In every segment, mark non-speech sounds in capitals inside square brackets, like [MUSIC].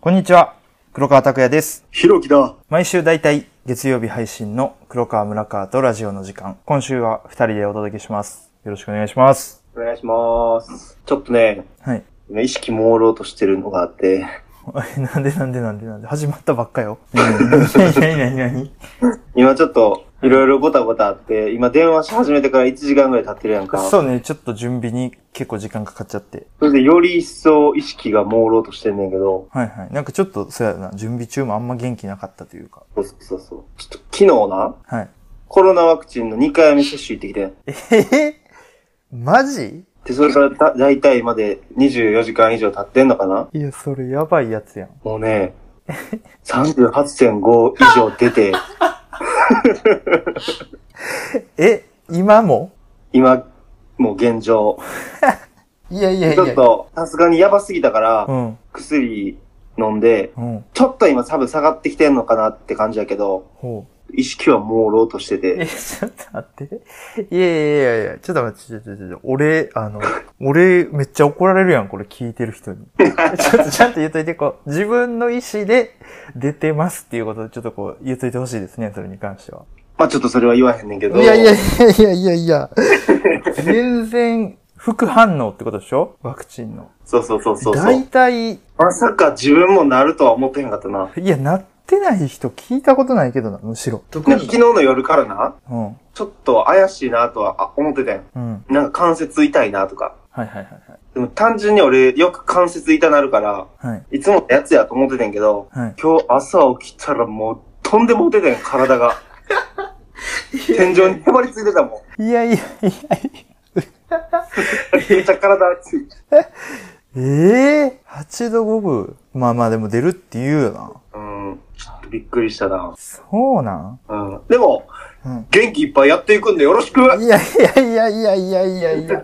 こんにちは。黒川拓也です。ひろきだ。毎週だいたい月曜日配信の黒川村川とラジオの時間。今週は二人でお届けします。よろしくお願いします。お願いします。ちょっとね、はい。今意識朦朧としてるのがあって、え [LAUGHS] なんでなんでなんでなんで始まったばっかよ。 [LAUGHS] なになになになに今ちょっといろいろごたごたあって、今電話し始めてから1時間ぐらい経ってるやんか。そうね、ちょっと準備に結構時間かかっちゃって。それでより一層意識が朦朧としてんねんけど、はいはい。なんかちょっと、そうやな、準備中もあんま元気なかったというか。そうそうそうそう。ちょっと昨日な、はい。コロナワクチンの2回目接種行ってきてん。えへへマジで、それからだ大体まで24時間以上経ってんのかないや、それやばいやつやん。もうね、38.5以上出て、え、今も今、もう現状。いやいやいちょっや。と、さすがにやばすぎたからう、ん。薬飲んで、うん。ちょっと今多分下がってきてんのかなって感じやけど、ほう。意識は朦朧としてて。 [LAUGHS] え、ちょっと待って。いやいやいやいや、ちょっと待って、ちょっと待って、俺、あの、俺、めっちゃ怒られるやん、これ聞いてる人 [LAUGHS] に。ちょっと、ちゃんと言っといて、こう、自分の意思で出てますっていうことをちょっとこう、言っといてほしいですね、それに関しては。まあちょっとそれは言わへんねんけど。いやいやいやいやいやいや。全然、副反応ってことでしょワクチンの。そうそうそうそうそ大う。体、いまさか自分もなるとは思ってへんかったな。や、なってない人聞いたことないけどな、むしろ。特に昨日の夜からな、うん。ちょっと怪しいなとはあ思ってたん。うん。なんか関節痛いなとか。はいはいはいでも単純に俺よく関節痛なるから、はい。はい。いつものやつやと思ってたんけど、はい。今日朝起きたらもう飛んでもうてたん、[LAUGHS] 体が。天井にへばりついてたもん。いやいやいやめっちゃ体熱い。ええ8度5分。まあまあでも出るって言うよな。うん。ちょっとびっくりしたな。そうなんうん。でも、うん元気いっぱいやっていくんでよろしくいやいやいやいやいやいやいや。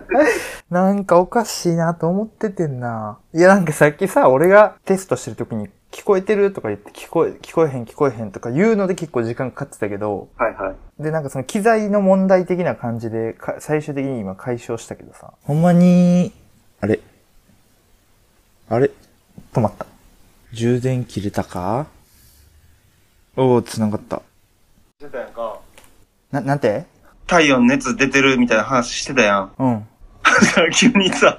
なんかおかしいなと思っててんな。いやなんかさっきさ、俺がテストしてる時に聞こえてるとか言って聞こえ、聞こえへん聞こえへんとか言うので結構時間かかってたけど、はいはい。で、なんかその機材の問題的な感じで、か最終的に今解消したけどさ。ほんまに、あれあれ止まった。充電切れたかおー、繋がった。してたやんか。な、なんて体温熱出てるみたいな話してたやん。 [LAUGHS] うん。急にさ、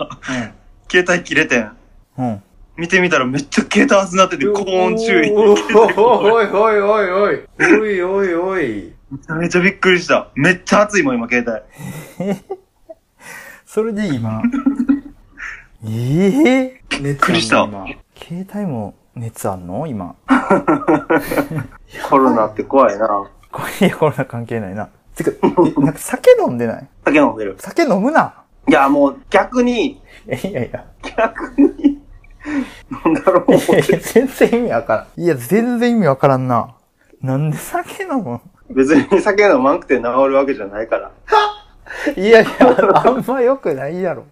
携帯切れてん。うん。うん。見てみたらめっちゃ携帯熱なってて、高温注意。おめーおいおいおいおいおいおいおい。ちゃめちゃびっくりした。めっちゃ熱いもん、今、携帯。それで今。 [LAUGHS] ええびっくりした。携帯も熱あんの今。コロナって怖いな。これ、コロナ関係ないな。てか、えなんか酒飲んでない酒飲んでる。酒飲むな。いや、もう逆に、いやいやいや。逆に、なんだろう思ってる。全然意味わからん。いや、全然意味わからんな。なんで酒飲む別に酒飲まんくて治るわけじゃないから。いやいや、あんま良くないやろ。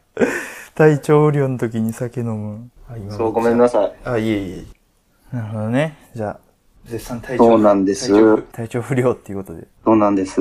体調不良の時に酒飲む。あ、今そう、ごめんなさい。あ、いえいえ。なるほどね。じゃあ、絶賛体そうなんです。そ体調不良っていうことで。うなんです。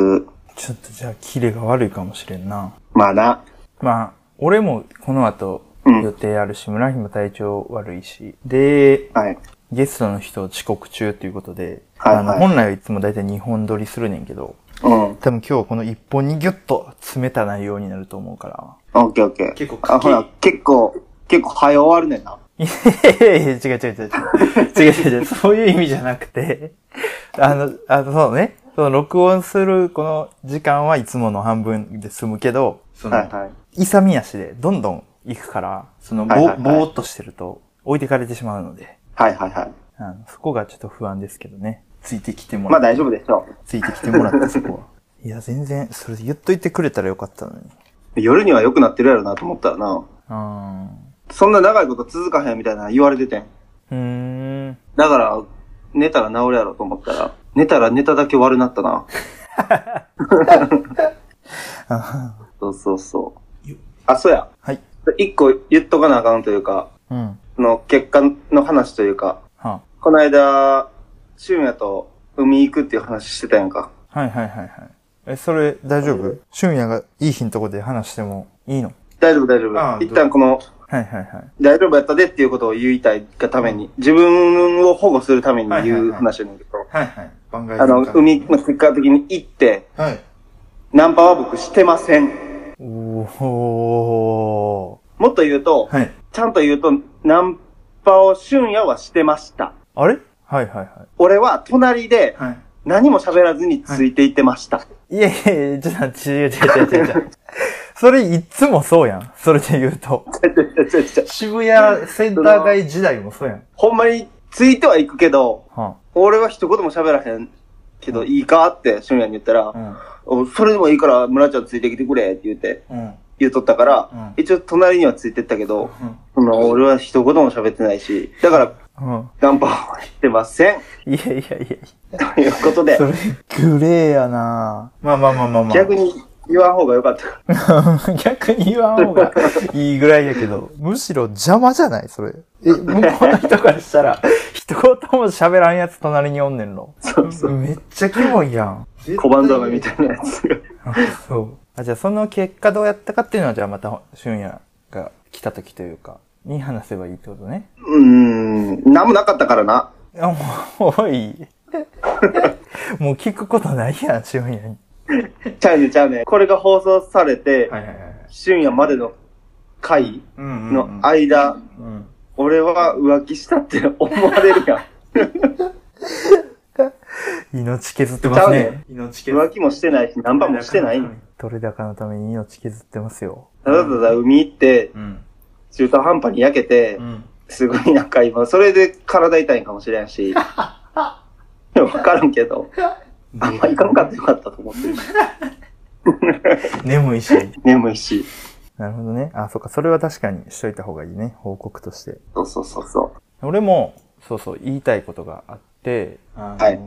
ちょっとじゃあ、キレが悪いかもしれんな。まだ。まあ、俺もこの後うん予定あるし、村日も体調悪いし。で、はい。ゲストの人遅刻中ということで、はいはあいの、本来はいつも大体2本撮りするねんけど、うん。多分今日はこの1本にギュッと詰めた内容になると思うから。 [LAUGHS] オッケーオッケー。結構かあ、けほら、結構、結構早終わるねんな。いやいやいや、違う違う違う。違う違う [LAUGHS] 違う。そういう意味じゃなくて、あの、あの、そうね。その録音するこの時間はいつもの半分で済むけど、その、はいはい。勇み足でどんどん行くから、その、ぼ、はいはいはいぼーっとしてると置いてかれてしまうので、はいはいはい。あのそこがちょっと不安ですけどね。ついてきてもまらあって、大丈夫でしょついてきてもらってそこは。 [LAUGHS] いや、全然、それ言っといてくれたらよかったのに。う。夜には良くなってるやろなと思ったらな。あそんな長いこと続かへんみたいな言われててん。ー。うーん。だから、寝たら治るやろと思ったら、寝たら寝ただけ悪なったな。そうそうそう。あ、そうや。はい。一個言っとかなあかんというか、うん。はその結果の話というか、あ。この間、俊也と海行くっていう話してたやんか。はいはいはいはい。え、それ大丈夫俊也がいい日のとこで話してもいいの大丈夫大丈ああ夫。一旦このはいはいはい。大丈夫やったでっていうことを言いたいがために、自分を保護するためにはいはい言はうい話なんだけど、はいはい。番外あの、海、まあ結果的に行って、はい。ナンパは僕してません。おもっと言うとー。、はい。ちゃんと言うと、ナンパを俊也はしてました。あれはいはいは俺は隣でい。はい。何も喋らずについていってました。いやいやいや、ちょっと待って違う違う違う違う違 [LAUGHS] う。それいつもそうやん。それで言うと。渋谷センター街時代もそうやん。 [LAUGHS] ほんまについてはいくけど、は俺は一言も喋らへんけど、いいかって俊也に言ったら、あ、おそれでもいいから村ちゃんついてきてくれって言って、うん。うん。言っとったから、うん一応隣にはついてったけど、その俺は一言も喋ってないし、だからうん。ナンパはしてません。 [LAUGHS] いやいやいということやでそ、れ、グレーやなまあまあまあまあまあ。逆に言わん方がよかったから。 [LAUGHS] 逆に言わん方がいいぐらいやけど、むしろ邪魔じゃないそれ。え、向こうの人からした [LAUGHS] ら、一言も喋らんやつ隣におんねんの。そうそう。めっちゃキモいやん。小判ザメみたいなやつが。あ [LAUGHS] そう。あ、じゃあその結果どうやったかっていうのは、じゃあまた、俊也が来た時というか、に話せばいいってこと [LAUGHS] ね。うーん、なんもなかったからな。あ、もう、おい。 [LAUGHS] もう聞くことないやん、俊也に。ちゃうねちゃうね。これが放送されて、いはいはい。深夜までの回うん、うん。の間、うん。俺は浮気したって思われる [LAUGHS] やん。命削ってますちゃうねね。命削浮気もしてないし、ナンパもしてない。取れ高のために命削ってますよ。ただただ海行って、うん。中途半端に焼けてう、ん。すごいなんか今、それで体痛いんかもしれん [LAUGHS] し。わからんけど、あんま行かんかったらよかったと思ってる。眠いし。眠いし。なるほどね。あ、そっか。それは確かにしといた方がいいね。報告として。そうそうそうそ俺も、そうそう、言いたいことがあって、あのはい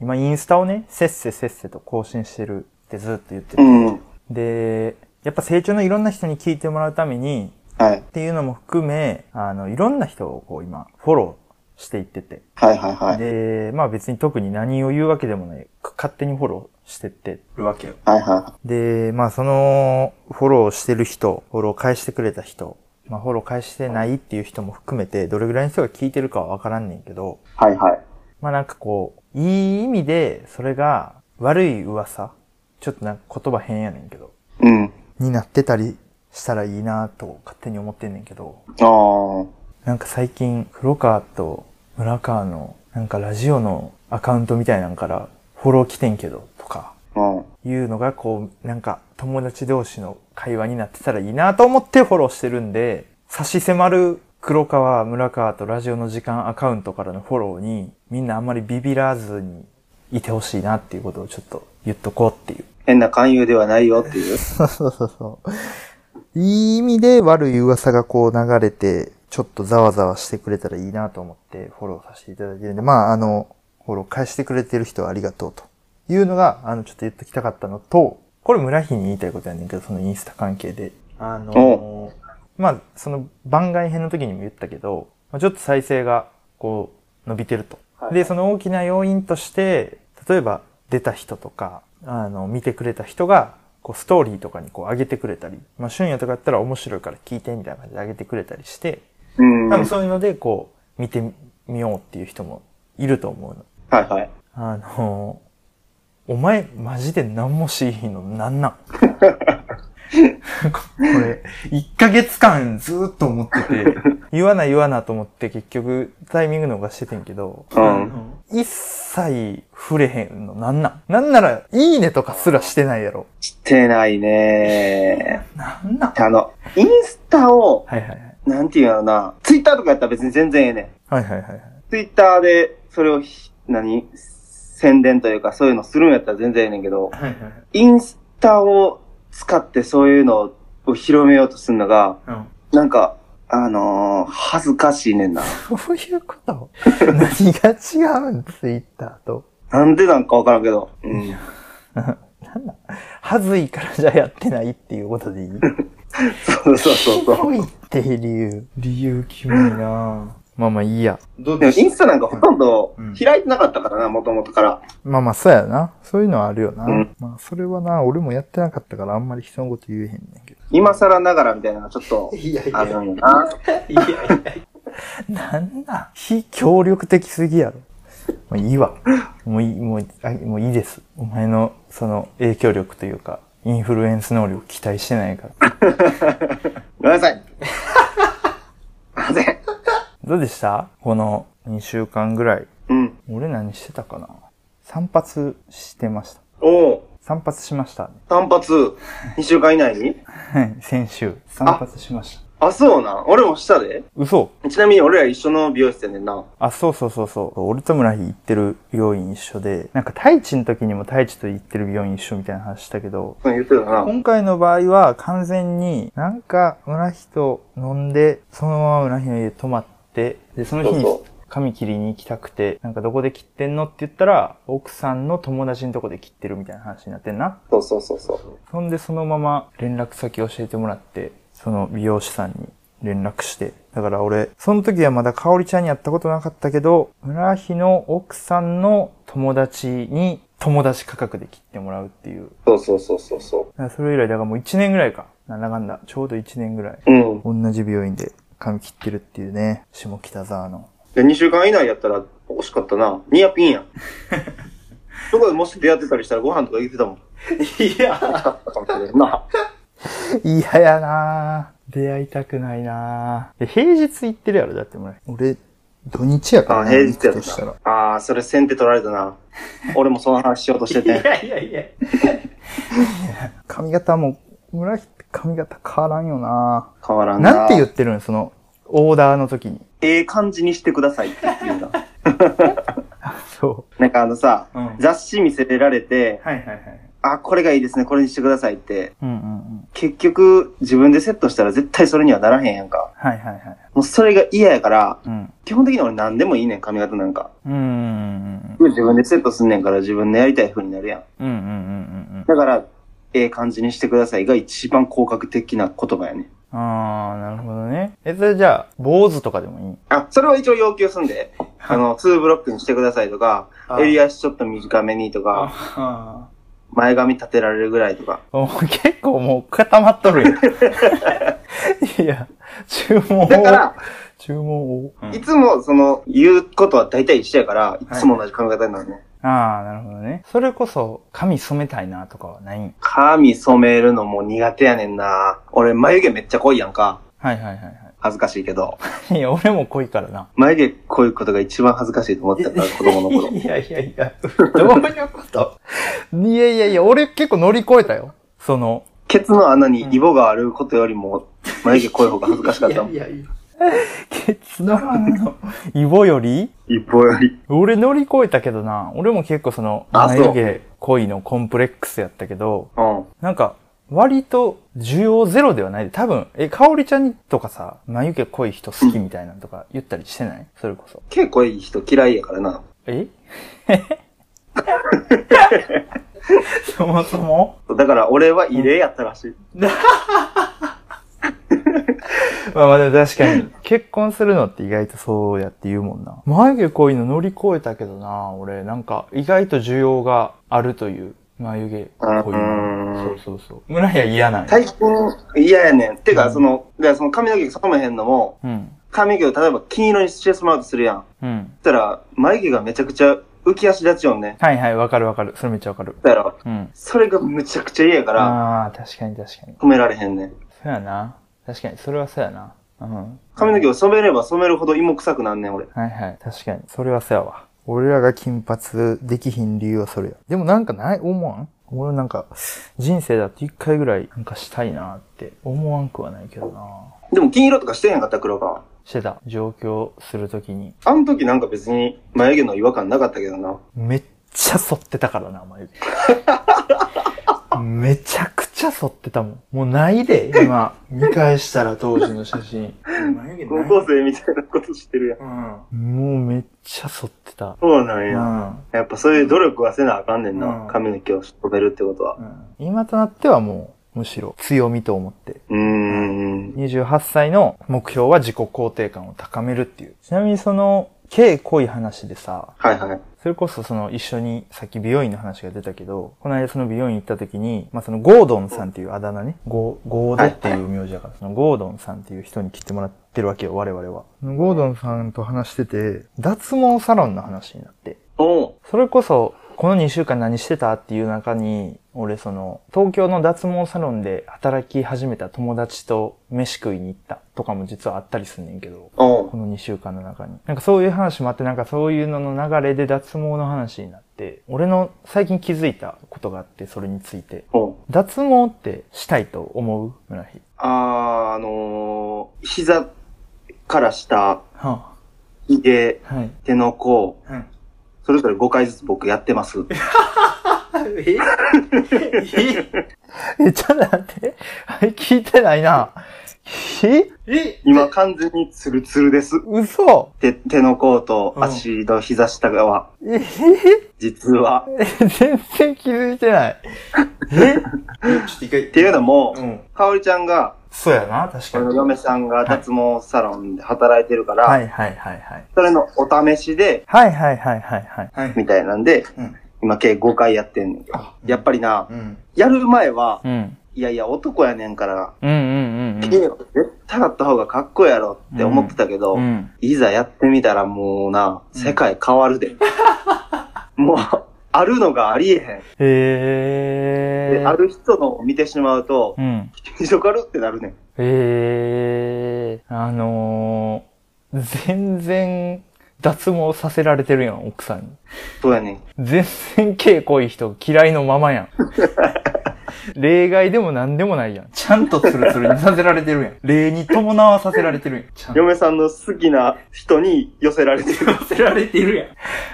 今インスタをね、せっせせっせと更新してるってずっと言ってう。て、うん。はで、やっぱ成長のいろんな人に聞いてもらうために、い。っていうのも含め、あの、いろんな人をこう今、フォローしていってて。はいはいはい。で、まあ別に特に何を言うわけでもない、か勝手にフォローしてってるわけよ。はいはで、まあその、フォローしてる人、フォロー返してくれた人、まあフォロー返してないっていう人も含めて、どれぐらいの人が聞いてるかはわからんねんけど、い。はいはい。まあなんかこう、いい意味で、それが悪い噂ちょっとなんか言葉変やねんけど、うん。になってたりしたらいいなと勝手に思ってんねんけど、ああ。なんか最近、黒川と村川の、なんかラジオのアカウントみたいなんから、フォロー来てんけど、とか、うん。いうのがこう、なんか友達同士の会話になってたらいいなと思ってフォローしてるんで、差し迫る黒川、村川とラジオの時間アカウントからのフォローに、みんなあんまりビビらずにいてほしいなっていうことをちょっと言っとこうっていう。変な勧誘ではないよっていう。そうそうそうそう。いい意味で悪い噂がこう流れて、ちょっとざわざわしてくれたらいいなと思ってフォローさせていただいてるんで、まああの、フォロー返してくれてる人はありがとうというのが、あの、ちょっと言っときたかったのと、これ村日に言いたいことやねんけど、そのインスタ関係で。あのおー、まあその番外編の時にも言ったけど、まあちょっと再生がこう伸びてると。はいで、その大きな要因として、例えば出た人とか、あの、見てくれた人が、こう、ストーリーとかにこう上げてくれたり、まあ、春夜とかやったら面白いから聞いてみたいな感じで上げてくれたりして、うん。多は分いそういうので、こう、見てみようっていう人もいると思うの。はい。あの、お前、マジで何もしいひんの、なん [LAUGHS] なんこれ、1ヶ月間ずーっと思って [LAUGHS] て、言わな言わなと思って結局タイミング逃しててんけど、うん。一切触れへんの、なんなんなんなら、いいねとかすらしてないやろ。してないねなんなんあの、インスタを、はいはいはい。なんていうのな、ツイッターとかやったら別に全然ええねん。はいはいはいはい。ツイッターで、それをひ、何宣伝というか、そういうのするんやったら全然ええねんけど、はいはいインスタを使ってそういうのを広めようとするのが、はい。なんか、あのー恥ずかしいねんな。そういうこと [LAUGHS] 何が違うんツイッターと。なんでなんかわからんけど。うん。なんなんはずいからじゃやってないっていうことでいいそうそうそうそう。いって理由。理由キモいなまあまあいいや。どうででもしインスタなんかほとんどうん開いてなかったからな、もともとから。まあまあそうやな。そういうのはあるよな。うんまあそれはな、俺もやってなかったからあんまり人のこと言えへんねんけど。今更ながらみたいなのがちょっといやいあや、いるんよな。やいや、なんなん非協力的すぎやろ。もういいわ。もういい、もう、あもういいです。お前の、その、影響力というか、インフルエンス能力期待してないから。ごめんなさ [LAUGHS] い。なぜどうでしたこの2週間ぐらい。うん。俺何してたかな散髪してました。おう散髪しました、ね。単発、2週間以内にはい先週、散髪しました。あ、そうな。俺もしたで。嘘ちなみに俺ら一緒の美容室やねんな。あ、そうそうそうそう。俺と村日行ってる病院一緒で、なんか太一の時にも太一と行ってる病院一緒みたいな話したけど、そう言ってたな。今回の場合は完全になんか村日と飲んで、そのまま村日の家泊まって、で、その日にそう髪切りに行きたくて、なんかどこで切ってんのって言ったら、奥さんの友達のとこで切ってるみたいな話になってんな。そうそうそうそう。そんでそのまま連絡先教えてもらって、その美容師さんに連絡して。だから俺、その時はまだ香織ちゃんに会ったことなかったけど、村日の奥さんの友達に友達価格で切ってもらうっていう。そうそうそうそうそだからそれ以来、だからもう1年ぐらいか。なんだかんだ。ちょうど1年ぐらい。う。うん。同じ病院で髪切ってるっていうね。下北沢の。で、2週間以内やったら惜しかったな。ニアピ [LAUGHS] ンやん。そこでもし出会ってたりしたらご飯とか行ってたもん。いや、あったかもしれんな。嫌ややなぁ。出会いたくないなぁ。で平日行ってるやろ、だってもう俺、土日やからあ、な。平日や行くとしたらっ。た。ああ、それ先手取られたな。俺もその話しようとしていて。やいやいや。 [LAUGHS] 髪型も、村日って髪型変わらんよな変わらんな。なんて言ってるんその、オーダーの時に。ええ感じにしてくださいって言うんだ。そなんかあのさ、う。うん。はい雑誌見せられて、はいはい。あ、これがいいですね、これにしてくださいって。うんうんうん。結局、自分でセットしたら絶対それにはならへんやんか。はいはいはい。もうそれが嫌やから、うん。基本的に俺何でもいいねん、髪型なんか。うんうん自分でセットすんねんから自分のやりたい風になるやん。うんうん。うんうんうんうんだから、ええ感じにしてくださいが一番効果的な言葉やねん。うん。あー、なるほどね。え、それじゃあ、坊主とかでもいいあ、それは一応要求すんで。あの、2ブロックにしてくださいとか、あ襟足ちょっと短めにとか、あ前髪立てられるぐらいとか。ーもう結構もう固まっとるやん。いや、注文を。だから、注文を。いつもその、言うことは大体一緒やから、いつも同じ髪型になるね。ああ、なるほどね。それこそ、髪染めたいなとかはないん髪染めるのも苦手やねんな。俺、眉毛めっちゃ濃いやんか。はいはいはいは恥ずかしいけど。い。いや、俺も濃いからな。眉毛濃いことが一番恥ずかしいと思ってたから、子供 [LAUGHS] の頃。いやいやいや、どういうこといやいやいや、俺結構乗り越えたよ。その、ケツの穴にイボがあることよりも、眉毛濃い方が恥ずかしかったもん。いやいやいや。ケツの穴のイボよりイボより。俺乗り越えたけどな、俺も結構その、あそう眉毛恋のコンプレックスやったけど、うん。なんか、割と需要ゼロではないで、多分、え、かおりちゃんとかさ、眉毛濃い人好きみたいなのとか言ったりしてないそれこそ。結構いい人嫌いやからな。え [LAUGHS] そもそもだから俺は異例やったらしい。まあまあでも確かに、結婚するのって意外とそうやって言うもんな。眉毛濃いの乗り越えたけどな、俺、なんか、意外と需要があるという、眉毛濃いの。うそうそんうそう。村屋嫌なんや最近嫌やねん。てうか、んその、でその髪の毛染めへんのも、うん。髪の毛を例えば金色にしてしまうとするやん。うん。そしたら、眉毛がめちゃくちゃ浮き足立ちよんねん。はいはい、わかるわかる。それめっちゃわかる。だから、うん。それがめちゃくちゃ嫌やから、ああー、確かに確かに。染められへんねん。そうやな。確かに、それはそうやな。うん。髪の毛を染めれば染めるほど芋臭くなんねん、俺。はいはい、確かに。それはそうやわ。俺らが金髪できひん理由はそれや。でもなんかない、思わん俺なんか、人生だって一回ぐらいなんかしたいなって思わんくはないけどなでも金色とかしてへんかった、黒川。してた。上京するときに。あの時なんか別に眉毛の違和感なかったけどな。めっちゃ剃ってたからな、眉毛。 [LAUGHS] めちゃくちゃ剃ってたもん。もうないで、 [LAUGHS] 今。見返したら当時の写 [LAUGHS] 真。眉毛高ない校生みたいなことしてるやん。もうめっちゃ剃ってた。そうなんうや。ん。やっぱそういう努力はせなあかんねんうんな。髪の毛を染めるってことは。今となってはもう、むしろ強みと思って。うーん。 28歳の目標は自己肯定感を高めるっていう。ちなみにその、毛濃い話でさ、はいはい。それこそその一緒に、さっき美容院の話が出たけど、この間その美容院行った時に、まあそのゴードンさんっていうあだ名ね、ゴゴードっていう名字だから、そのゴードンさんっていう人に切ってもらってるわけよ、我々は。ゴードンさんと話してて、脱毛サロンの話になって。おうそれこそ、この2週間何してたっていう中に、俺その、東京の脱毛サロンで働き始めた友達と飯食いに行ったとかも実はあったりすんねんけど、おうこの2週間の中に。なんかそういう話もあって、なんかそういうのの流れで脱毛の話になって、俺の最近気づいたことがあって、それについて。おう脱毛ってしたいと思う村日。あー、あのー、膝から下、はひげ、あ、はい。手の甲、うん。それぞれ5回ずつ僕やってます。ええ、ちょっと待って。はい、聞いてないな。ひえ今完全にツルツルです。嘘手、手の甲とうん足の膝下側、え実は。っ全然気づいてない。えちょっと一回。っていうのも、うん。かおりちゃんが、そうやな、確か俺のに。嫁さんが脱毛サロンで働いてるから、はいはいはいはい。それのお試しで、はいはいはいはいはい。はい。みたいなんで、うん今計5回やってんねんけどあ。やっぱりな、うん。やる前は、うん。いやいや男やねんから、うんうんうんうん。毛を絶対あった方がかっこいいやろって思ってたけど、うん。いざやってみたらもうな、うん世界変わ [LAUGHS] るで。もう、あるのがありえへん。へでえ。ある人のを見てしまうと、うん。気色悪ってなるねん。へえ。あのー、全然脱毛させられてるやん、奥さんに。そうやねん。全然毛濃い人嫌いのまま [LAUGHS] やん。例外でも何でもないやん。ちゃんとツルツルにさせられてるやん。例に伴わさせられてるやん。ちゃんと嫁さんの好きな人に寄せられてる。乗せられてるやん。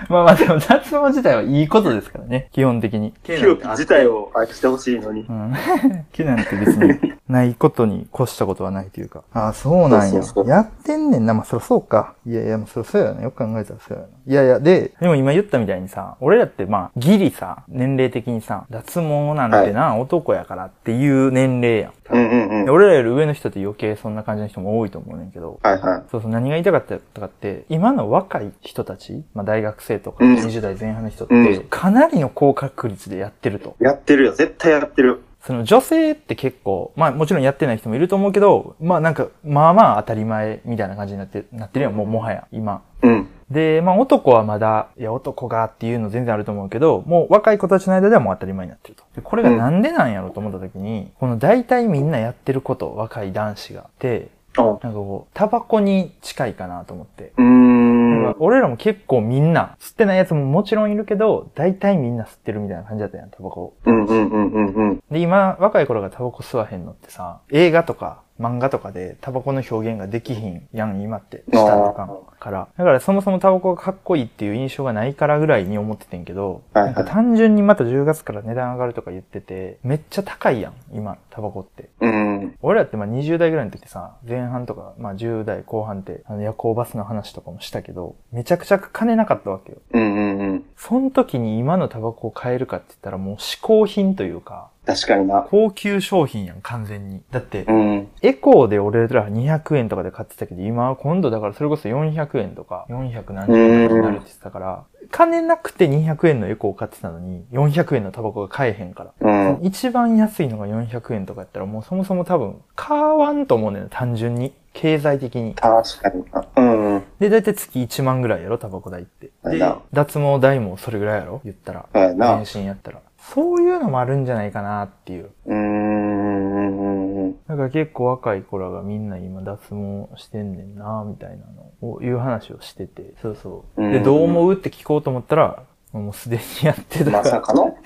まあまあでも脱毛自体はいいことですからね、基本的に。ケヒロキ自体を愛してほしいのに。うん。 [LAUGHS] 毛なんて別にないことに越したことはないというか。 [LAUGHS] ああ、そうなんや。そうそうそうやってんねんな。まあそりゃそうか。いやいや、まあそりゃそうやな。よく考えたらそうやな。いやいや、で、でも今言ったみたいにさ、俺らってまあ、ギリさ、年齢的にさ、脱毛なんてな、男やからっていう年齢やん。うんうんでうん。俺らより上の人って余計そんな感じの人も多いと思うねんけど。はいはい。そうそう、何が言いたかったかって、今の若い人たち、まあ大学生とかうん20代前半の人って、うんかなりの高確率でやってると。やってるよ。絶対やってる。その女性って結構、まあもちろんやってない人もいると思うけど、まあなんか、まあまあ当たり前みたいな感じになって、なってるやん、もうもはや、今。うん。で、まあ男はまだ、いや男がっていうの全然あると思うけど、もう若い子たちの間ではもう当たり前になってると。でこれがなんでなんやろうと思った時に、この大体みんなやってること、若い男子があって、あなんかこう、タバコに近いかなと思って。うーん。はい俺らも結構みんな、吸ってないやつももちろんいるけど、大体みんな吸ってるみたいな感じだったやん、タバコ。うんうんうんうんうん。で、今、若い頃がタバコ吸わへんのってさ、映画とか漫画とかでタバコの表現ができひんやん、今って。したとかから。だからそもそもタバコがかっこいいっていう印象がないからぐらいに思っててんけど、はいはないんか単純にまた10月から値段上がるとか言ってて、めっちゃ高いやん、今、タバコって。うん。俺らってまあ20代ぐらいの時ってさ、前半とか、まあ10代後半って、あの夜行バスの話とかもしたけど、めちゃくちゃ金なかったわけよ。うんうんうん。その時に今のタバコを買えるかって言ったらもう嗜好品というか、確かにな。高級商品やん、完全に。だってう、ん。エコーで俺ら200円とかで買ってたけど、今は今度だからそれこそ400円とか、470円とかになるって言ってたから、金なくて200円のエコーを買ってたのに、400円のタバコが買えへんから。うん。一番安いのが400円とかやったらもうそもそも多分買わんと思うねん単純に経済的に確かにな。うんうん。で大体月1万ぐらいやろタバコ代ってそうやな。脱毛代もそれぐらいやろ言ったらそうや全な。う身やったらそういうのもあるんじゃないかなっていう [LAUGHS] ーん。だから結構若い子らがみんな今脱毛してんねんなみたいなのをいう話をしててそうそうでうんどう思うって聞こうと思ったらもうすでにやってたからまさかの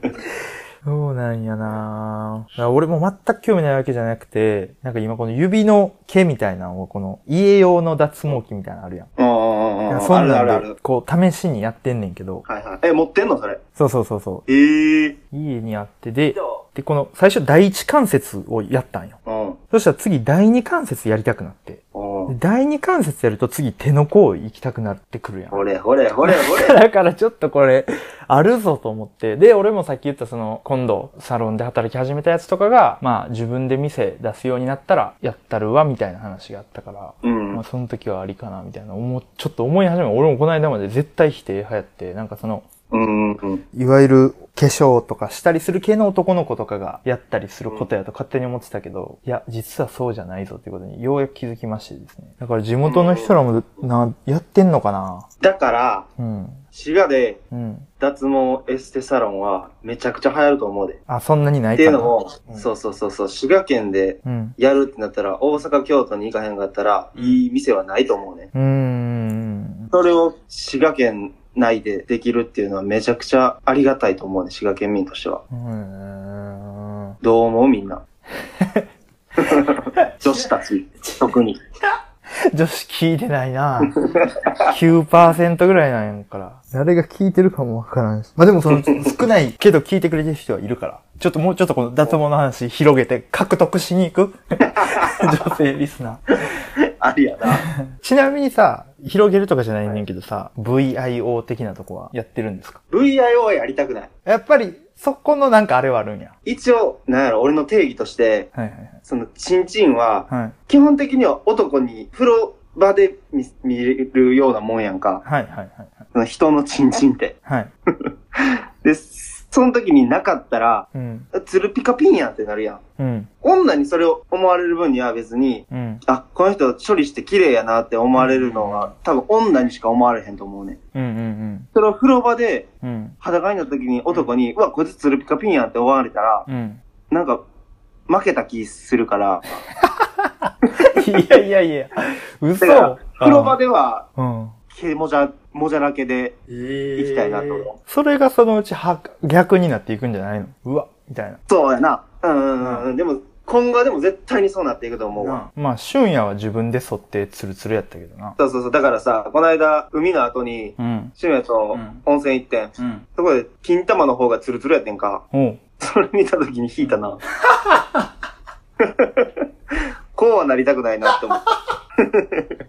[LAUGHS] そうなんやなぁ。だから俺も全く興味ないわけじゃなくて、なんか今この指の毛みたいなのをこの家用の脱毛器みたいなのあるやん。うんうんうんなうんん。かそあんるなあるあんるで。、こう試しにやってんねんけど、はいはい。え、持ってんのそれ。そうそうそうそええ。う。家にあってで、で、この最初第一関節をやったんよ。うん。そしたら次第二関節やりたくなって。うん。うん。第二関節やると次手の甲行きたくなってくるやん。 [LAUGHS] ほれほれほれほれ。だからちょっとこれ、あるぞと思って。で、俺もさっき言ったその、今度、サロンで働き始めたやつとかが、まあ、自分で店出すようになったら、やったるわ、みたいな話があったから、うんまあ、。その時はありかな、みたいな、思う、ちょっと思い始め、俺もこの間まで絶対否定派やって、なんかその、うん。うん。いわゆる化粧とかしたりする系の男の子とかがやったりすることやと勝手に思ってたけど、いや、実はそうじゃないぞってことにようやく気づきましてですね。だから地元の人らも、な、やってんのかなだから、うん。滋賀でうん。脱毛エステサロンはめちゃくちゃ流行ると思うで。あ、そんなにないってかいなうのも、うんそうそうそうそう、滋賀県でうん。やるってなったら、大阪、京都に行かへんかったら、いい店はないと思うね。うーん。それを滋賀県内でできるっていうのはめちゃくちゃありがたいと思うね、滋賀県民としては。うーん。どう思うみ [LAUGHS] んな。女子たち、特に。女子聞いてないな9%ぐらいなんやから。誰が聞いてるかもわからんし。まあ、でもその、少ないけど聞いてくれてる人はいるから。ちょっともうちょっとこの脱毛の話広げて獲得しに行く女性リスナー。ありやな。ちなみにさ、広げるとかじゃないねんけどさ、VIO 的なとこはやってるんですか VIO やりたくない。やっぱり、そこのなんかあれはあるんや。一応、なんやろ、俺の定義として、はいはいその、チンチンは、はい。はい。基本的には男に風呂場で見見るようなもんやんか。はいはいはいその人のチンチンって。はい。はい。で、その時になかったら、うん。ツルピカピンやんってなるやん。うん。女にそれを思われる分には別に、うん。あ、この人処理して綺麗やなって思われるのは、多分女にしか思われへんと思うねん。うんうんそれを風呂場でうん。うん。裸になった時に男に、うわ、こいつツルピカピンやんって思われたら、うん。なんか、負けた気するから、いやいやいや、嘘だから風呂場では、うん。毛もじゃ、もじゃらけでええ。行きたいなと思う。それがそのうちは逆になっていくんじゃないのうわ、みたいな。そうやな。うんうんうん。でも、今後はでも絶対にそうなっていくと思うわ。なまあ、俊也は自分で剃ってツルツルやったけどな。そうそうそう。だからさ、この間、海の後に、うん。シュンヤとうん温泉行ってん。うん。そこで、金玉の方がツルツルやってんか。おう。それ見た時に引いた [LAUGHS] な。こうはなりたくないなって思って。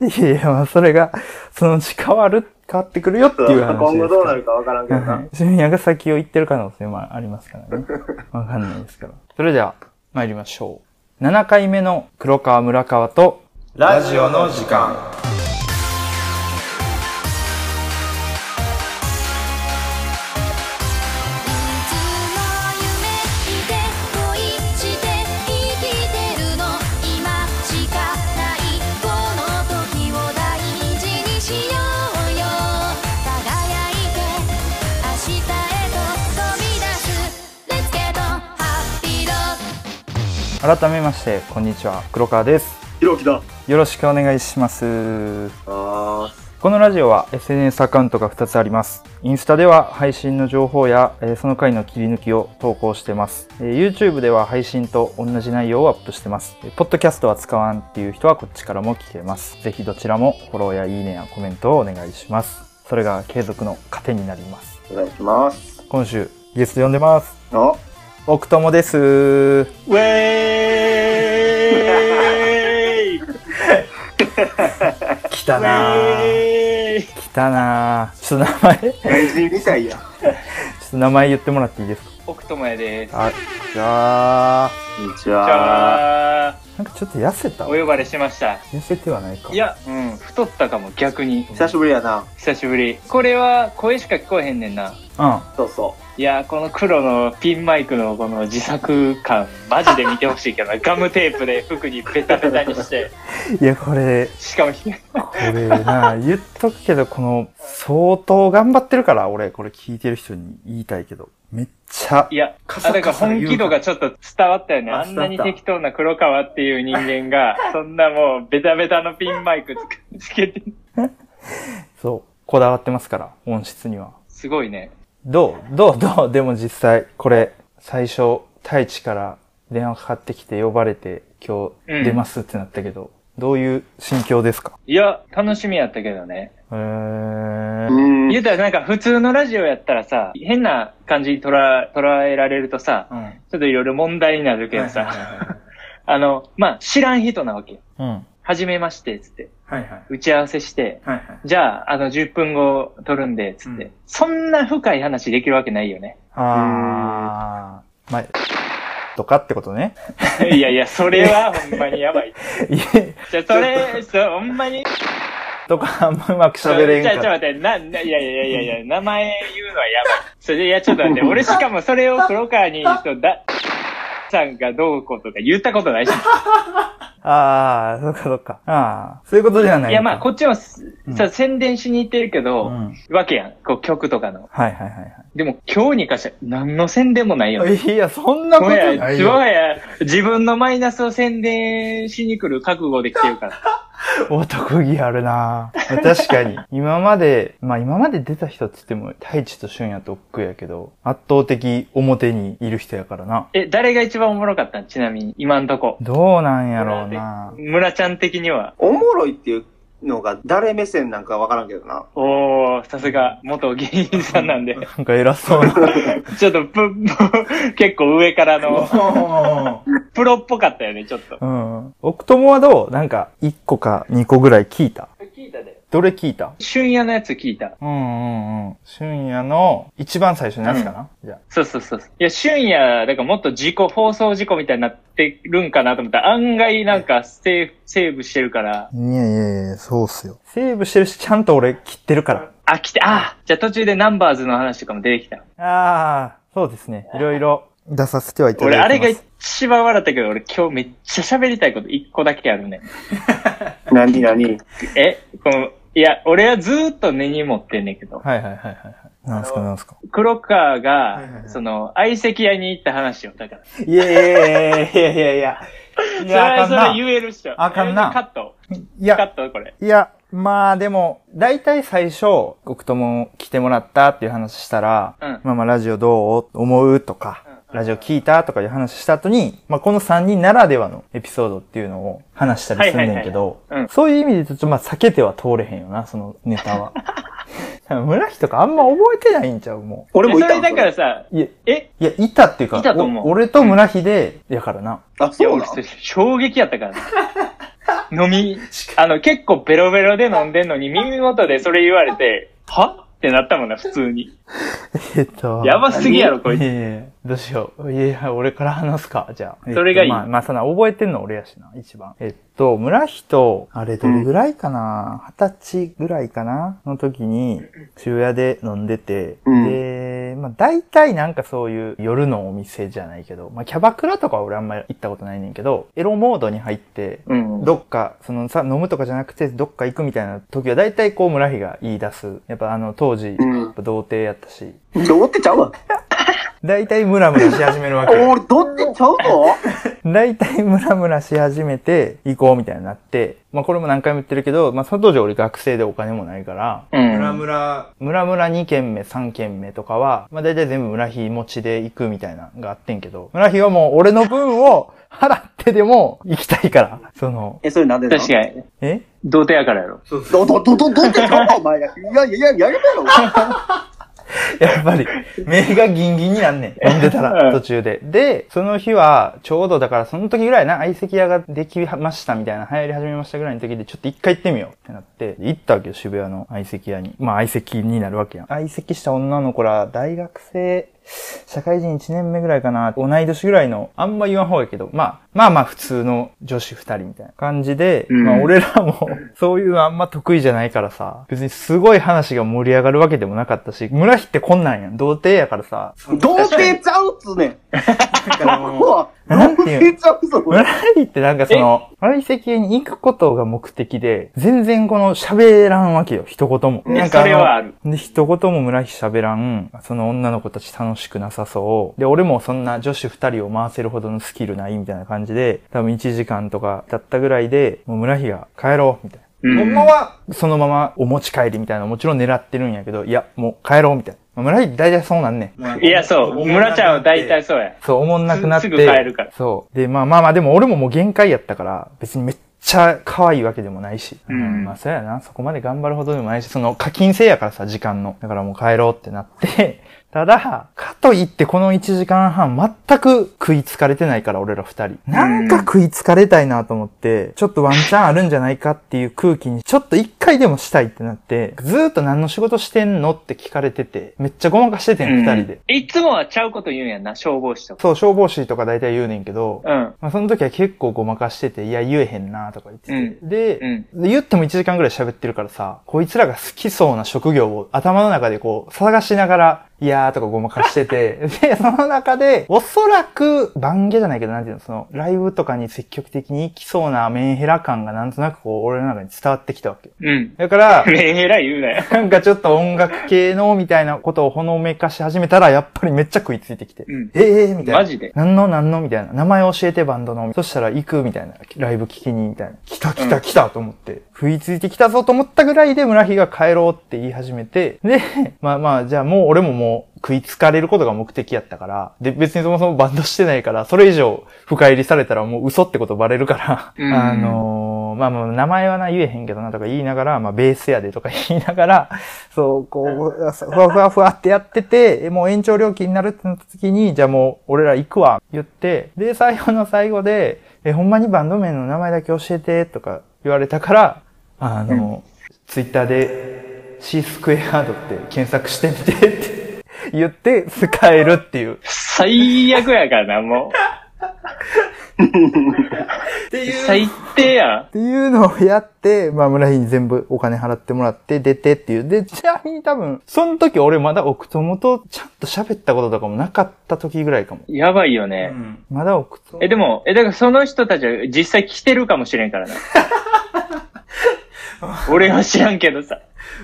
いやいや、まあ、それが、そのうち変わる、変わってくるよっていう話です。今後どうなるかわからんけど [LAUGHS] はな。い俊也が先を行ってる可能性もありますからね。 [LAUGHS] わかんないですから。それでは、参りましょう。7回目の黒川村川と、ラジオの時間。いつも夢見て恋して生きてるの今しかないこの時を大事にしようよ輝いて明日へと飛び出す Let's get on Happy Road 改めまして、こんにちは、黒川です。ひろきだ。よろしくお願いします。あこのラジオは SNS アカウントが2つあります。インスタでは配信の情報や、えーその回の切り抜きを投稿してます、えー YouTube では配信と同じ内容をアップしてます。えーポッドキャストは使わんっていう人はこっちからも聞けます。ぜひどちらもフォローやいいねやコメントをお願いします。それが継続の糧になります。お願いします。今週、ゲスト呼んでます。おウ奥友です。ェーイ来たなぁ。来たなぁ。ちょっと名前、ちょ外人みたいや。っと名前言ってもらっていいですか奥智也です。あ、じゃあ、こんにちじは。ゃあ、なんかちょっと痩せたお呼ばれしました。痩せてはないか。いや、うん、太ったかも、逆に。久しぶりやな。久しぶり。これは、声しか聞こえへんねんな。うん。そうそいや、この黒のピンマイクのこの自作感、マジで見てほしいけどな。ガムテープで服にベタベタにして。いや、これ、しかも、これな、言っとくけど、この、相当頑張ってるから、俺、これ聞いてる人に言いたいけど、めっちゃい、や、カサあ、だカからサ言う本気度がちょっと伝わったよね。ああんな伝にわった適当な黒川っていう人間が、そんなもうベタベタのピンマイクつけて。そう、こだわってますから、音質には。すごいね。どうどうどうでも実際、これ、最初、太一から電話かかってきて呼ばれて、今う日ん出ますってなったけど、どういう心境ですかいや、楽しみやったけどね。えう。ーう、ん。言うたらなんか普通のラジオやったらさ、変な感じに捉え捉えられるとさ、うん。ちょっといろいろ問題になるけどさ、あの、まあ、知らん人なわけ。うん。はじめまして、つって。はいはい。打ち合わせして、はいはい。じゃあ、あの、10分後撮るんで、つって、うんそんな深い話できるわけないよね。あー。まあ、とかってことね。 [LAUGHS] いやいや、それはほんまにやばい。いえ、じゃあ、それ、そうほんまに。とかあんまうまく喋れんじゃあ、ちょっかとっ待って、な、ないやいやいやいや、名前言うのはやばい。それで、いや、ちょっと [LAUGHS] 待って、俺しかもそれを黒川に、そうだ、さんがどうこうとか言ったことないし。た。ああ、そっかそっか。ああ、そういうことじゃない。いや、まあ、こっちもす、うんさ、宣伝しに行ってるけど、うん。はいわけやん。こう、曲とかの。はいはいでも、今日に関しては、何の宣伝もないよは。い。いや、そんなこともはや、ないもよ。はや、自分のマイナスを宣伝しに来る覚悟で来て [LAUGHS] るから。男気あるなぁ確か [LAUGHS] に。今まで、まあ今まで出た人って言っても、太一と俊也と奥やけど、圧倒的表にいる人やからな。え、誰が一番おもろかったんちなみに、今んとこ。どうなんやろうな村ちゃん的には。おもろいっていうのが誰目線なんかわからんけどな。おー、さすが、元議員さんなんで。なんか偉そうな。 [LAUGHS] ちょっと、ぷ、ぷ結構上からの、 [LAUGHS] おープロっぽかったよね、ちょっと。うん。奥友はどうなんか、1個か2個ぐらい聞いた。聞いたで。どれ聞いた春夜のやつ聞いた。うんうんうん。俊也の一番最初のやつかな、じゃそうそうそう。いや、春夜、だからもっと事故、放送事故みたいになってるんかなと思ったら、案外なんかセーフ、セーブしてるから、あ。いやいやいや、そうっすよ。セーブしてるし、ちゃんと俺切ってるから。あ、来て、あ、じゃあ途中でナンバーズの話とかも出てきた。ああ、そうですね。いろいろ出させてはいただい俺、てまあす。れが一番笑ったけど、俺今日めっちゃ喋りたいこと一個だけあるね。何何え、この、いや、俺はずーっと根に持ってんねんけど、はいはいはいはいはい。なんすかなんすか。黒川が、いはいはいその、相席屋に行った話を、だから。いやいやいやいやいやいや。いそれや、あはかんそれはな。言えるっしょ。あかんなカットいカや、ットこれ。いや、まあでも、大体最初、僕とも来てもらったっていう話したら、うんまあまあラジオどう思うとか、ラジオ聞いたとかいう話した後に、まあこの3人ならではのエピソードっていうのを話したりすんねんけどはいはいはいはいうん、そういう意味でちょっとまあ避けては通れへんよな、そのネタ [LAUGHS] は。村木とかあんま覚えてないんちゃうも俺もいそたれんだからさ、う。いや、えいや、いたっていうか、いたと思うお俺と村木で、やからな。あ、いや、そう俺なの、衝撃やっ [LAUGHS] たからな。飲み、あの、結構ベロベロで飲んでんのに、耳元でそれ言われて、はってなったもんな、普通に。えっとやばすぎやろ、こいいつ。やいやどうしよう。いや、俺から話すか、じゃあ。それがいいえっとまあ、まあ、そんな、覚えてんの俺やしな、一番。えっと、村人、あれ、どれぐらいかな二十、歳ぐらいかなの時に、昼夜で飲んでて、うんで、まあ、大体なんかそういう夜のお店じゃないけど、まあ、キャバクラとかは俺あんまり行ったことないねんけど、エロモードに入って、うん。どっか、そのさ、飲むとかじゃなくて、どっか行くみたいな時は、大体こう、村日が言い出す。やっぱあの、当時、やっぱ童貞やったし、うん。どうってちゃうわ。大体ムラムラし始めるわけよ。俺、どうってちゃうの大体ムラムラし始めて、行こうみたいになって、まあこれも何回も言ってるけど、まあその当時俺学生でお金もないから、うムラん。ムラ。ムラムラ2軒目、3軒目とかは、まあ大体全部村日持ちで行くみたいなのがあってんけど、村日はもう俺の分を払ってでも行きたいから、その、え、それなんでなの確かに。え童貞やからやろ。そうそう。ど、ど、ど、ど、どうってちゃうわ、お前が。いやいやいや、やめろ。 [LAUGHS] やっぱり、目がギンギンになんね [LAUGHS] ん。飲んでたら、うん途中で。で、その日は、ちょうどだから、その時ぐらいな、相席屋ができましたみたいな、流行り始めましたぐらいの時で、ちょっと一回行ってみようってなって、行ったわけよ、渋谷の相席屋に。まあ、相席になるわけやん。相席した女の子ら、大学生、社会人1年目ぐらいかな、同い年ぐらいの、あんま言わん方やけど、まあ、まあまあ普通の女子二人みたいな感じで、うんまあ俺らも、 [LAUGHS] そういうのあんま得意じゃないからさ、別にすごい話が盛り上がるわけでもなかったし、村日ってこんなんやん。童貞やからさ、童貞ちゃうっつうねん。だから [LAUGHS] もううわなん童ていう貞ちゃうぞ、こ村れ。日ってなんかその、相席屋に行くことが目的で、全然この喋らんわけよ、一言も。えなんかあそれのはある。で、一言も村日喋らん、その女の子たち楽しくなさそう。で、俺もそんな女子二人を回せるほどのスキルないみたいな感じで、多分1時間とか経ったぐらいで、もう村日が帰ろう、みたいな。うほんんま。は、そのままお持ち帰りみたいなのもちろん狙ってるんやけど、いや、もう帰ろう、みたいな。まあ村日大体そうなんねん。まあいや、そう。村ちゃんは大体。そうや。そう、思んなくなって。すすぐ帰るからそう。で、まあまあまあ、でも俺ももう限界やったから、別にめっちゃ可愛いわけでもないし。うんまあそうやな。そこまで [LAUGHS] 頑張るほどでもないし、その課金制やからさ、時間の。だからもう帰ろうってなって、ただ、買っといってこの1時間半全く食いつかれてないから俺ら2人。なんか食いつかれたいなと思って、ちょっとワンチャンあるんじゃないかっていう空気にちょっと一回でもしたいってなって、ずーっと何の仕事してんのって聞かれてて、めっちゃごまかしててん、2人で。いつもはちゃうこと言うんやんな、消防士とか。そう、消防士とか大体言うねんけど、うん。まあ、その時は結構ごまかしてて、いや、言えへんなとか言ってて。で、うん。で言っても1時間ぐらい喋ってるからさ、こいつらが好きそうな職業を頭の中でこう探しながら、いやーとかごまかして [LAUGHS] て、で、その中で、おそらく、番下じゃないけど、なんていうの、その、ライブとかに積極的に行きそうなメンヘラ感がなんとなくこう、俺の中に伝わってきたわけ。 [LAUGHS] うん。だ [LAUGHS] から、メンヘラ言うなよ。なんかちょっと音楽系の、みたいなことをほのめかし始めたら、やっぱりめっちゃ食いついてきて。うん。ええー、みたいな。マジで。何の何のみたいな。名前教えてバンドの。そしたら行くみたいな。ライブ聞きにみたいな。来た来た来たと思って。食いついてきたぞと思ったぐらいで村日が帰ろうって言い始めて。で、まあまあ、じゃあもう俺ももう食いつかれることが目的やったから。で、別にそもそもバンドしてないから、それ以上深入りされたらもう嘘ってことバレるから。うんあのーまあまあ、名前はな、言えへんけどなとか言いながら、まあ、ベースやでとか言いながら、 [LAUGHS] そう、こう、ふわふわふわってやってて、えもう延長料金になるってなった時に、じゃあもう俺ら行くわ、言って、で、最後の最後で、え、ほんまにバンド名の名前だけ教えて、とか言われたから、あの、ツイッターで C スクエアードって検索してみてって言って、使えるっていう。最悪やからな、もってう。いう最低やっていうのをやって、まあ村井に全部お金払ってもらって出てっていう。で、ちなみに多分、その時俺まだ奥友とちゃんと喋ったこととかもなかった時ぐらいかも。ん。やばいよね。まだ奥友。え、でも、え、だからその人たちは実際来てるかもしれ [LAUGHS] んからな。俺は知らんけどさ。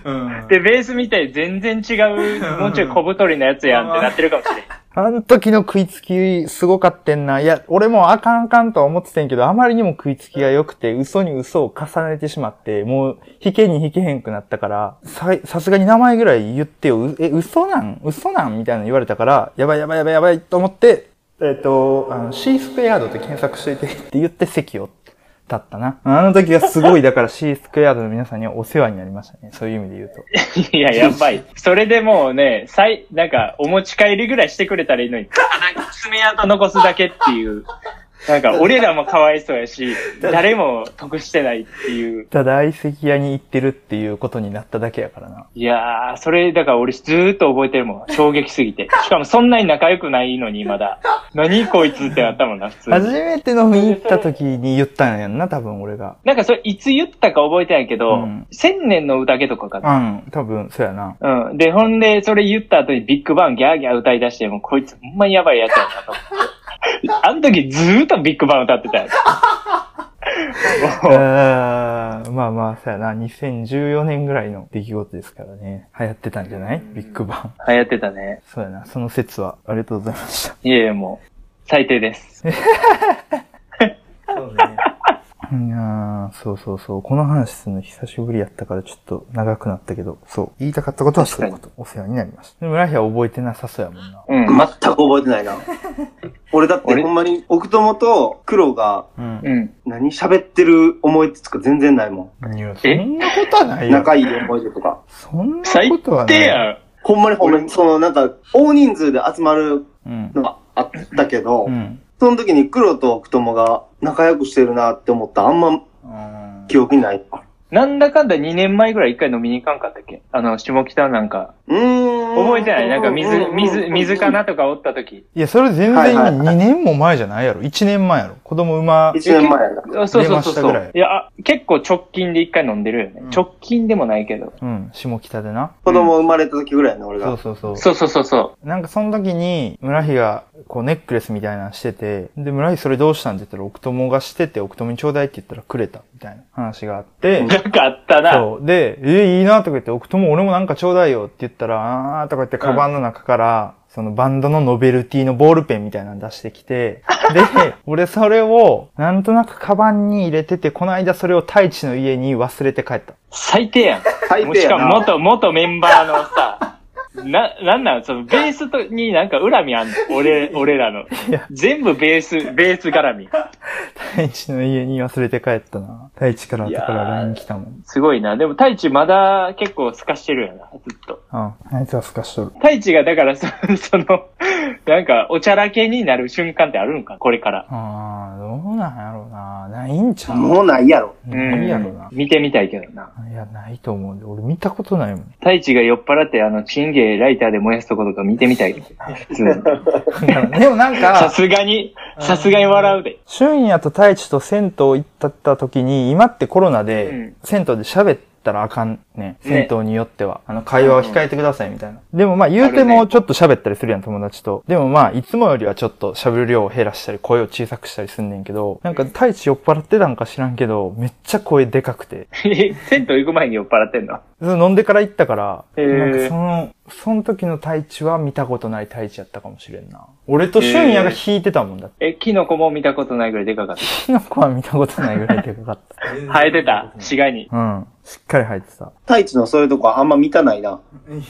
うん。で、ベースみたいに全然違う、もうちょい小太りのやつやんってなってるかもしれん。あの時の食いつきすごかってんな。いや、俺もあかんあかんとは思っててんけど、あまりにも食いつきが良くて、嘘に嘘を重ねてしまって、もう、引けに引けへんくなったから、さ、さすがに名前ぐらい言ってよ。うえ、嘘なん嘘なんみたいなの言われたから、やばいやばいやばいやばいと思って、えっ、と、あの、C スクエアードって検索しといてって言って席を立ったな。あの時がすごい、だから C スクエアードの皆さんにはお世話になりましたね。そういう意味で言うと。 [LAUGHS] いや、やばい。それでもうね、最、なんか、お持ち帰りぐらいしてくれたらいいのに、なんか爪痕残すだけっていう。 [LAUGHS] なんか、俺らもかわいそうやし、誰も得してないっていう。ただ、相席屋に行ってるっていうことになっただけやからな。いやー、それ、だから俺ずーっと覚えてるもん。衝撃すぎて。しかもそんなに仲良くないのに、まだ。何こいつってなったもんな、普通に初めて飲みに行った時に言ったんやんな、多分俺が。なんかそれ、いつ言ったか覚えてないけど、うん千年の宴とかかな。うん、多分、そうやな。うん。で、ほんで、それ言った後にビッグバンギャーギャー歌い出して、もうこいつほんまにやばいやつやなと思って。 [LAUGHS] あの時ずーっとビッグバン歌ってたよ。あーまあまあ、そうやな。2014年ぐらいの出来事ですからね。流行ってたんじゃないビッグバン。流行ってたね。そうやな。その説は、ありがとうございました。いえいえ、もう、最低です。そうね。いやーそうそうそう。この話するの久しぶりやったからちょっと長くなったけど、そう。言いたかったことはそういうこと。お世話になりました。で村平は覚えてなさそうやもんな。う全ん。く覚えてないな。俺だって俺ほんまに奥友と黒がうん。うん。何喋ってる思い出とか全然ないもいや、そんなことはないん。よ。仲いい思い出とか。そんな最ことはない。低やん。ほんまにほんまに、そのなんか大人数で集まるうん。のがあったけど、うん。その時に黒と奥友が仲良くしてるなって思ったあんまうん記憶にない。なんだかんだ2年前ぐらい一回飲みに行かんかったっけあの、下北なんか。うーん。覚えてないなんか水、水、水かななとかおった時。いや、それ全はい然はいは2年も前じゃないやろ。1年前やろ。子供馬、一年前やな。あそうそうそう出ましたそ。ぐらいういや、あ結構直近で一回飲んでるよね。うん直近でもないけど。うん、下北でな。子供生まれた時ぐらいやな、俺そうが。そうそう。そうそうそうそう。なんかその時に、村日が、こうネックレスみたいなのしてて、で、村日それどうしたんって言ったら、奥友がしてて、奥友にちょうだいって言ったらくれた、みたいな話があって、なんかあったな。そう。で、え、いいなとか言って、奥友俺もなんかちょうだいよって言ったら、あーとか言って、カバンの中から、そのバンドのノベルティのボールペンみたいなの出してき [LAUGHS] て、で、俺それを、なんとなくカバンに入れてて、この間それを太一の家に忘れて帰った。最低やん。最もう低しやかもな。元、元メンバーのさ、 [LAUGHS] な、なんなんそのベースとになんか恨みあんの俺、俺らのや。全部ベース、ベース絡み。太一の家に忘れて帰ったな。太一から後から LINE 来たもん。すごいな。でも、太一まだ結構透かしてるよな、ずっと。うん。あいつはすかしとる。 [LAUGHS] 太一がだからそ、その、なんか、おちゃらけになる瞬間ってあるんかこれから。ああ、どうなんやろうな。ないんちゃうもうないやろ。ないやろな。見てみたいけどな。いや、ないと思うんで。俺見たことないもん。 [LAUGHS] 太一が酔っ払って、あの、チンゲライターで燃やすとことか見て [LAUGHS] みたい。普通にでもなんさか、すがに、さすがに笑うで。俊也と太一と銭湯行ったった時に、今ってコロナうでん、銭湯で喋ったらあかんね。ね銭湯によっては。あの、会話を控えてくださいみたいな。でもまあ言うてあるもねちょっと喋ったりするやん、友達と。でもまあ、いつもよりはちょっと喋る量を減らしたり、声を小さくしたりすんねんけど、なんか太一酔っ払ってたんか知らんけど、めっちゃ声でかくて。え [LAUGHS] 銭湯行く前に酔っ払ってんの。飲んでから行ったから、へーなんかその、その時の太一は見たことない太一やったかもしれんな。俺と俊也が弾いてたもんだって。 [LAUGHS] え、キノコも見たことないぐらいでかかっキノコは見たことないぐらいでかかった。た。生えてた死骸に。うん。しっかり入ってた。太一のそういうとこはあんま見たないな。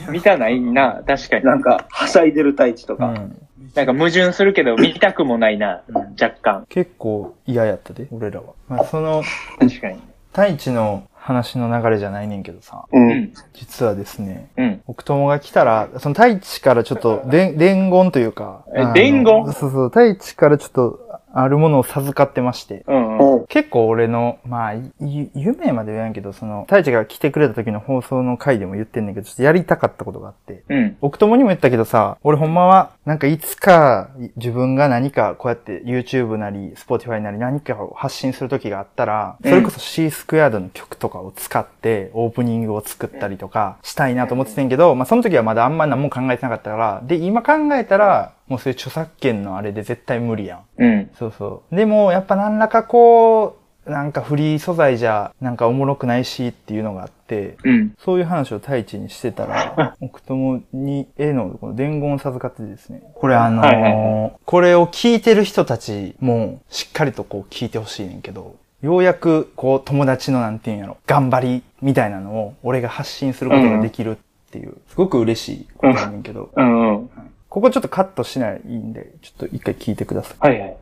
見たないな、確かに。なんか、はしゃいでる太一とうか。ん。なんか矛盾するけど、見たくもないな、若干。結構嫌やったで、俺らは。まあ、その、確かに。太一の話の流れじゃないねんけどさ、う。うんん。実はですね、うん。奥友が来たら、その太一からちょっ [LAUGHS] と、でん伝言というか。えあの伝言そうそう、太一からちょっと、あるものを授かってまして。うんうん。おう結構俺の、まあ、ゆ夢までは言わんけど、その、太一が来てくれた時の放送の回でも言ってんねんけど、ちょっとやりたかったことがあって。うん。奥友にも言ったけどさ、俺ほんまは、なんかいつか自分が何かこうやって YouTube なり Spotify なり何かを発信する時があったら、それこそ C スクエアードの曲とかを使ってオープニングを作ったりとかしたいなと思ってたんやけど、まあその時はまだあんま何も考えてなかったから、で、今考えたら、もうそういう著作権のあれで絶対無理やん。うん。そうそう。でも、やっぱ何らかこう、なんかフリー素材じゃ、なんかおもろくないしっていうのがあって、うん。そういう話を太一にしてた [LAUGHS] ら、奥友に、絵のこの伝言を授かってですね。これあのーはいはいこれを聞いてる人たちも、しっかりとこう聞いてほしいねんけど、ようやく、こう、友達のなんていうんやろ、頑張りみたいなのを、俺が発信することができるっていう、すごく嬉しいことなんねんけど、うんうん。ここちょっとカットしないんで、ちょっと一回聞いてください。 [LAUGHS] はいはい。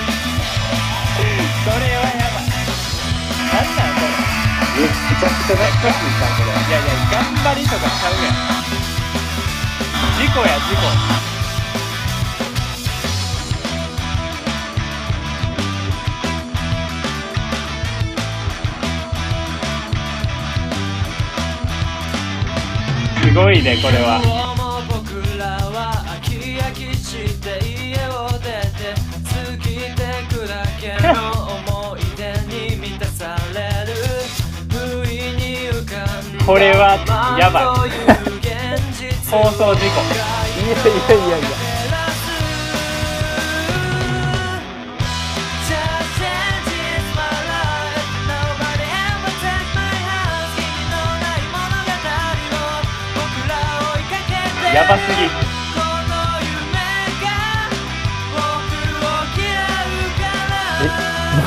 それはやばい。なんなんこれ。めちゃくちゃ懐かしいさ、これ。いやいや、頑張りとかちゃうやん。事故や、事故。すごいね、これは。今日も僕らは飽き飽きして家を出て過ぎてくだけの思い出に満たされる不意に浮かんだこれはやばいいという現実放送事故。いやいやいやいや。やばすぎ。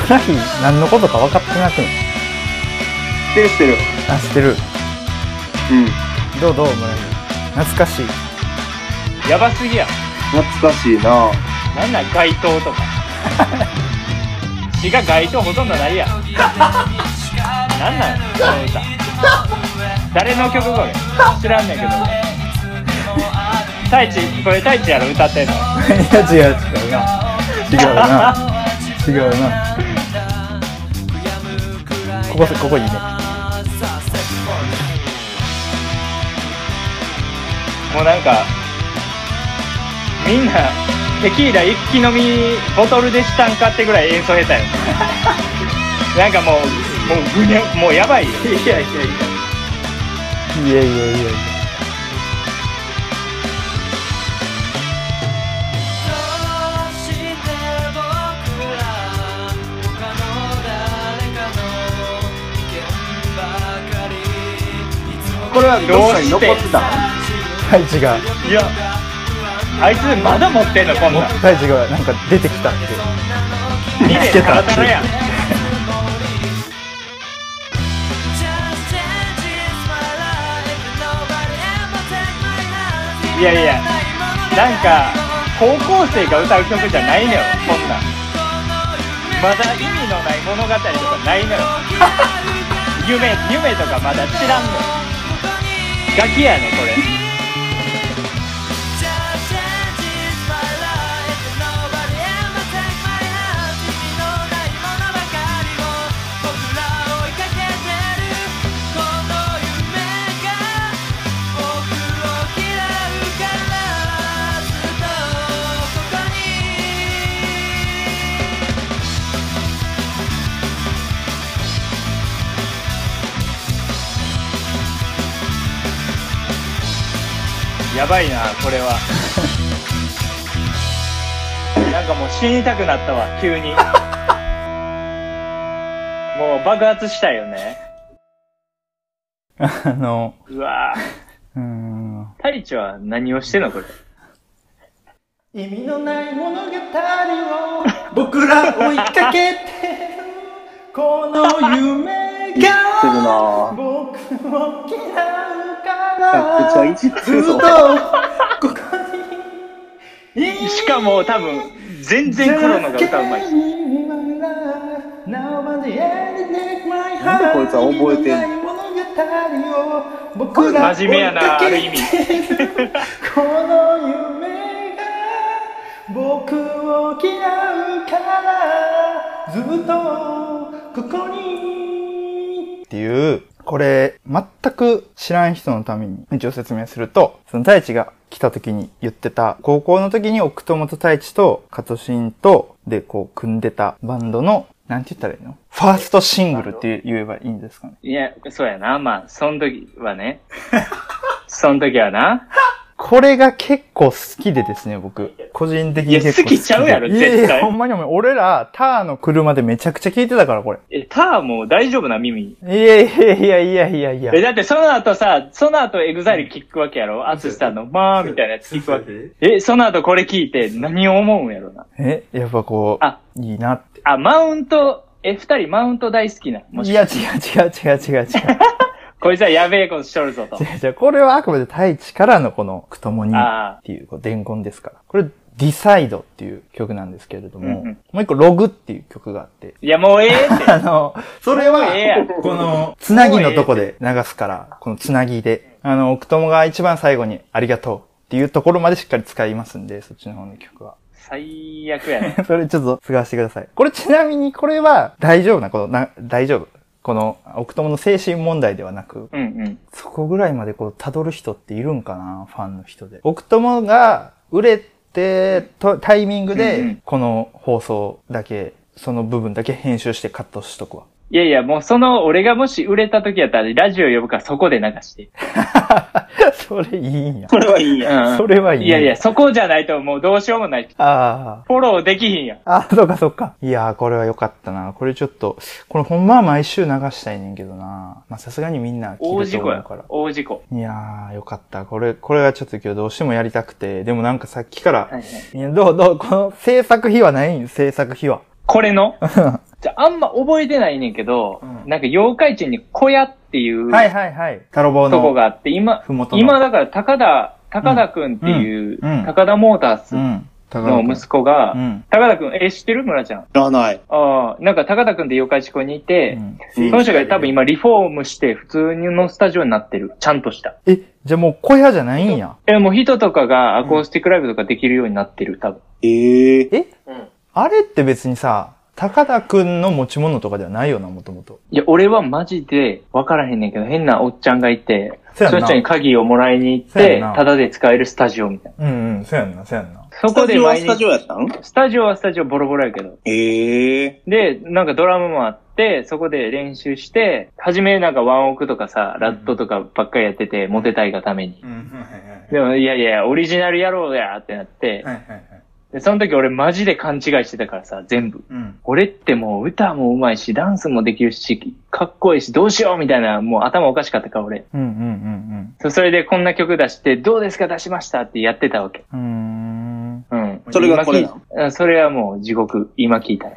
村木何のことか分かってなくない知ってる知ってる。あ、知ってる。うん。どうどう村木。懐かしい。やばすぎや。懐かしいななんなん、街灯とか。 [LAUGHS] 違う、街灯ほとんどないやん。なんなん、この歌。誰の曲これ知らんねんけど。太一、これ太一やろ、歌ってん [LAUGHS] の。いや、違う違うな。違うな。違うな。ここ、ここいいね。もうなんか、みんな、テキーラ一気飲みボトルでしたんかってぐらい演奏下手やん。なんかもう、もうぐにゃ、もうやばいよ。いやいやいや。いやいやいやいや。どうして僕ら他の誰かの意見ばかりいつ [LAUGHS] もこれはどどうっかにし残てってたの太一が、いや、あいつまだ持ってんの、こんなん。太一がなんか出てきたって。見見つてけタたラってタラやん。いやいや、なんか、高校生が歌う曲じゃないのよ、こ [LAUGHS] んなん。まだ意味のない物語とかないのよ。夢、夢とかまだ知らんの。ガキやね、これ。やばいな、これは。 [LAUGHS] なんかもう死にたくなったわ、急に。もう爆発したよね。あの、うわぁ。うーん。タリチは何をしてんのこれ。意味のない物語を僕ら追いかけてるこの夢がするなぁ。僕を嫌うかめっちゃらいじってずるっとぞ。ここにしかも多分、全然コロノが歌うまいです。なんでこいつは覚えてんの僕ら真面目やな、ある意味。この夢が僕を嫌うからずっとここにっていう、これ、全く知らん人のために一応説明すると、その太一が来た時に言ってた、高校の時に奥友と太一と、カトシンと、で、こう、組んでたバンドの、なんて言ったらいいのファーストシングルって言えばいいんですかね。いや、そうやな。まあ、その時はね。その時はな。これが結構好きでですね、僕。個人的に結構でいや好きちゃうやろ絶対いいやほんまにお前、俺ら、ターの車でめちゃくちゃ聞いてたから、これ。え、ターもう大丈夫な耳。いやいやいやいやいやいやえ、。だってその後さ、その後エグザイル聞くわけやろアツシさんの、まあ、みたいなやつ聞くわけ。え、その後これ聞いて何を思うんやろな。え、やっぱこあう、いいなって。あ、マウント、え、二人マウント大好きな。もいし、や、違う違う違う違う違う。こいつはやべえことしとるぞと [LAUGHS] 違。う違う。これはあくまで太一からのこの、くともにあーっていう、こう、伝言ですから。これ、ディサイドっていう曲なんですけれども、うんうんもう一個、ログっていう曲があって。いや、もうええっ [LAUGHS] て。あの、それはええやん。この、つなぎのとこで流すから、このつなぎで。あの、奥友が一番最後にありがとうっていうところまでしっかり使いますんで、そっちの方の曲は。 [LAUGHS] 最悪やね。それちょっと使わせてください。これちなみにこれは大丈夫な、この、な、大丈夫。この、奥友の精神問題ではなく、うんうん。そこぐらいまでこう、辿る人っているんかな、ファンの人で。奥友が売れて、とタイミングうんうでん、この放送だけ、その部分だけ編集してカットしとくわ。いやいや、もうその、俺がもし売れた時やったら、ラジオ呼ぶからそこで流して。 [LAUGHS] それいいんや。これはいいんうや。んうん。それはいいねいやいや、そこじゃないともうどうしようもない。あフォローできひんやん。あ。あ、そっかそっか。いやー、これは良かったな。これちょっと、これほんまは毎週流したいねんけどな。まあさすがにみんな聞大いて事ると故思うやから。。大事故。いやー、よかった。これ、これはちょっと今日どうしてもやりたくて。でもなんかさっきから、はいはいいやどうどうこの制作費はないん制作 [LAUGHS] 費は。これのじゃあ、あんま覚えてないねんけど、うんなんか妖怪人に小屋っていうはいはいはい。タロボーの。とこがあって、今、ふもとの。今だから高田、高田くんっていう、うんうん高田モータースうん。タロの息子が、うん。高田くん、え、知ってる村ちゃん。いらない。ああ、なんか高田くんって妖怪地校にいて、うんその人が多分今リフォームして普通のスタジオになってる。ちゃんとした。え、じゃあもう小屋じゃないんや。え、もう人とかがアコースティックライブとかできるようになってる、多分。えええ、あれって別にさ、高田くんの持ち物とかではないよな、もともと。いや、俺はマジで分からへんねんけど、変なおっちゃんがいて、そうやんそなの人に鍵をもらいに行っそうやてんな、タダで使えるスタジオみたいうんうん、そうやんな、そうやんな。な。そスこタでジオは毎スタジ日、オやったんスタジオはスタジオボロボロやけど。ええで、なんかドラムもあって、そこで練習して、初めなんかワンオクとかさ、ラットとかばっかりやってて、モテたいがために。うん、はいはい。でも、いやいや、オリジナルやろうやってなって、はいはいはい。で、その時俺マジで勘違いしてたからさ、全部。うん。俺ってもう歌も上手いし、ダンスもできるし、かっこいいし、どうしようみたいな、もう頭おかしかったから俺。うんうんそうそれでこんな曲出して、どうですか出しましたってやってたわけ。うんうん。うーん。うん。それがこれな今聞いあそれはもう地獄。今聞いたら。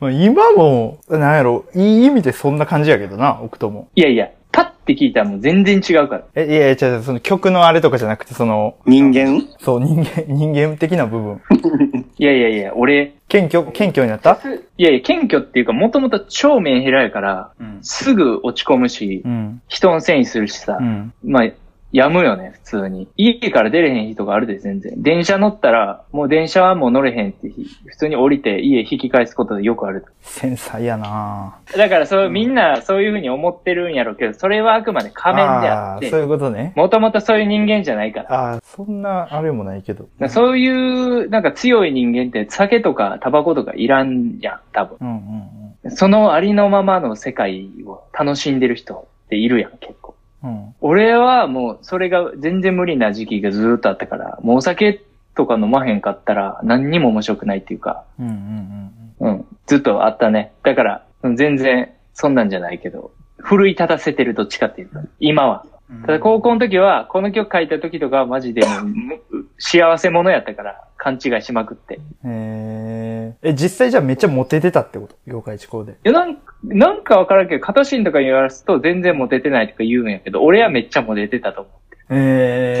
まあ今も、なんやろ、いい意味でそんな感じやけどな、奥とも。いやいや、パッて聞いたらもう全然違うから。え、いやいや、違う、その曲のあれとかじゃなくて、その、人間そう、人間、 [LAUGHS] 人間的な部分。いやいやいや、俺、謙虚、謙虚になったいやいや、謙虚っていうか、もともと超面ヘラやから、うん。すぐ落ち込むしう、ん。人のせいにするしさう、ん。まあ、やむよね、普通に。家から出れへん日とかあるで、全然。電車乗ったら、もう電車はもう乗れへんって日、普通に降りて家引き返すことでよくある。繊細やなだからそう、みんなそういうふうに思ってるんやろうけど、それはあくまで仮面であっーそういて、うことね。もともとそういう人間じゃないから。ああ、そんな、あれもないけど。だからそういう、なんか強い人間って酒とかタバコとかいらんやん、多分。うんうんそのありのままの世界を楽しんでる人っているやん、結構。うん。うん。俺はもうそれが全然無理な時期がずーっとあったから、もうお酒とか飲まへんかったら何にも面白くないっていうか、うんうんうんうん、ずっとあったね。だから、うん全然そんなんじゃないけど、奮い立たせてるどっちかっていうか、今は。うん。ただ高校の時は、この曲書いた時とかはマジでもうむ幸せ者やったから、勘違いしまくって。えー、え、実際じゃあめっちゃモテてたってこと妖怪地高で。いや、なんなんかわからんけど、片心とか言わすと全然モテてないとか言うんやけど、俺はめっちゃモテてたと思う。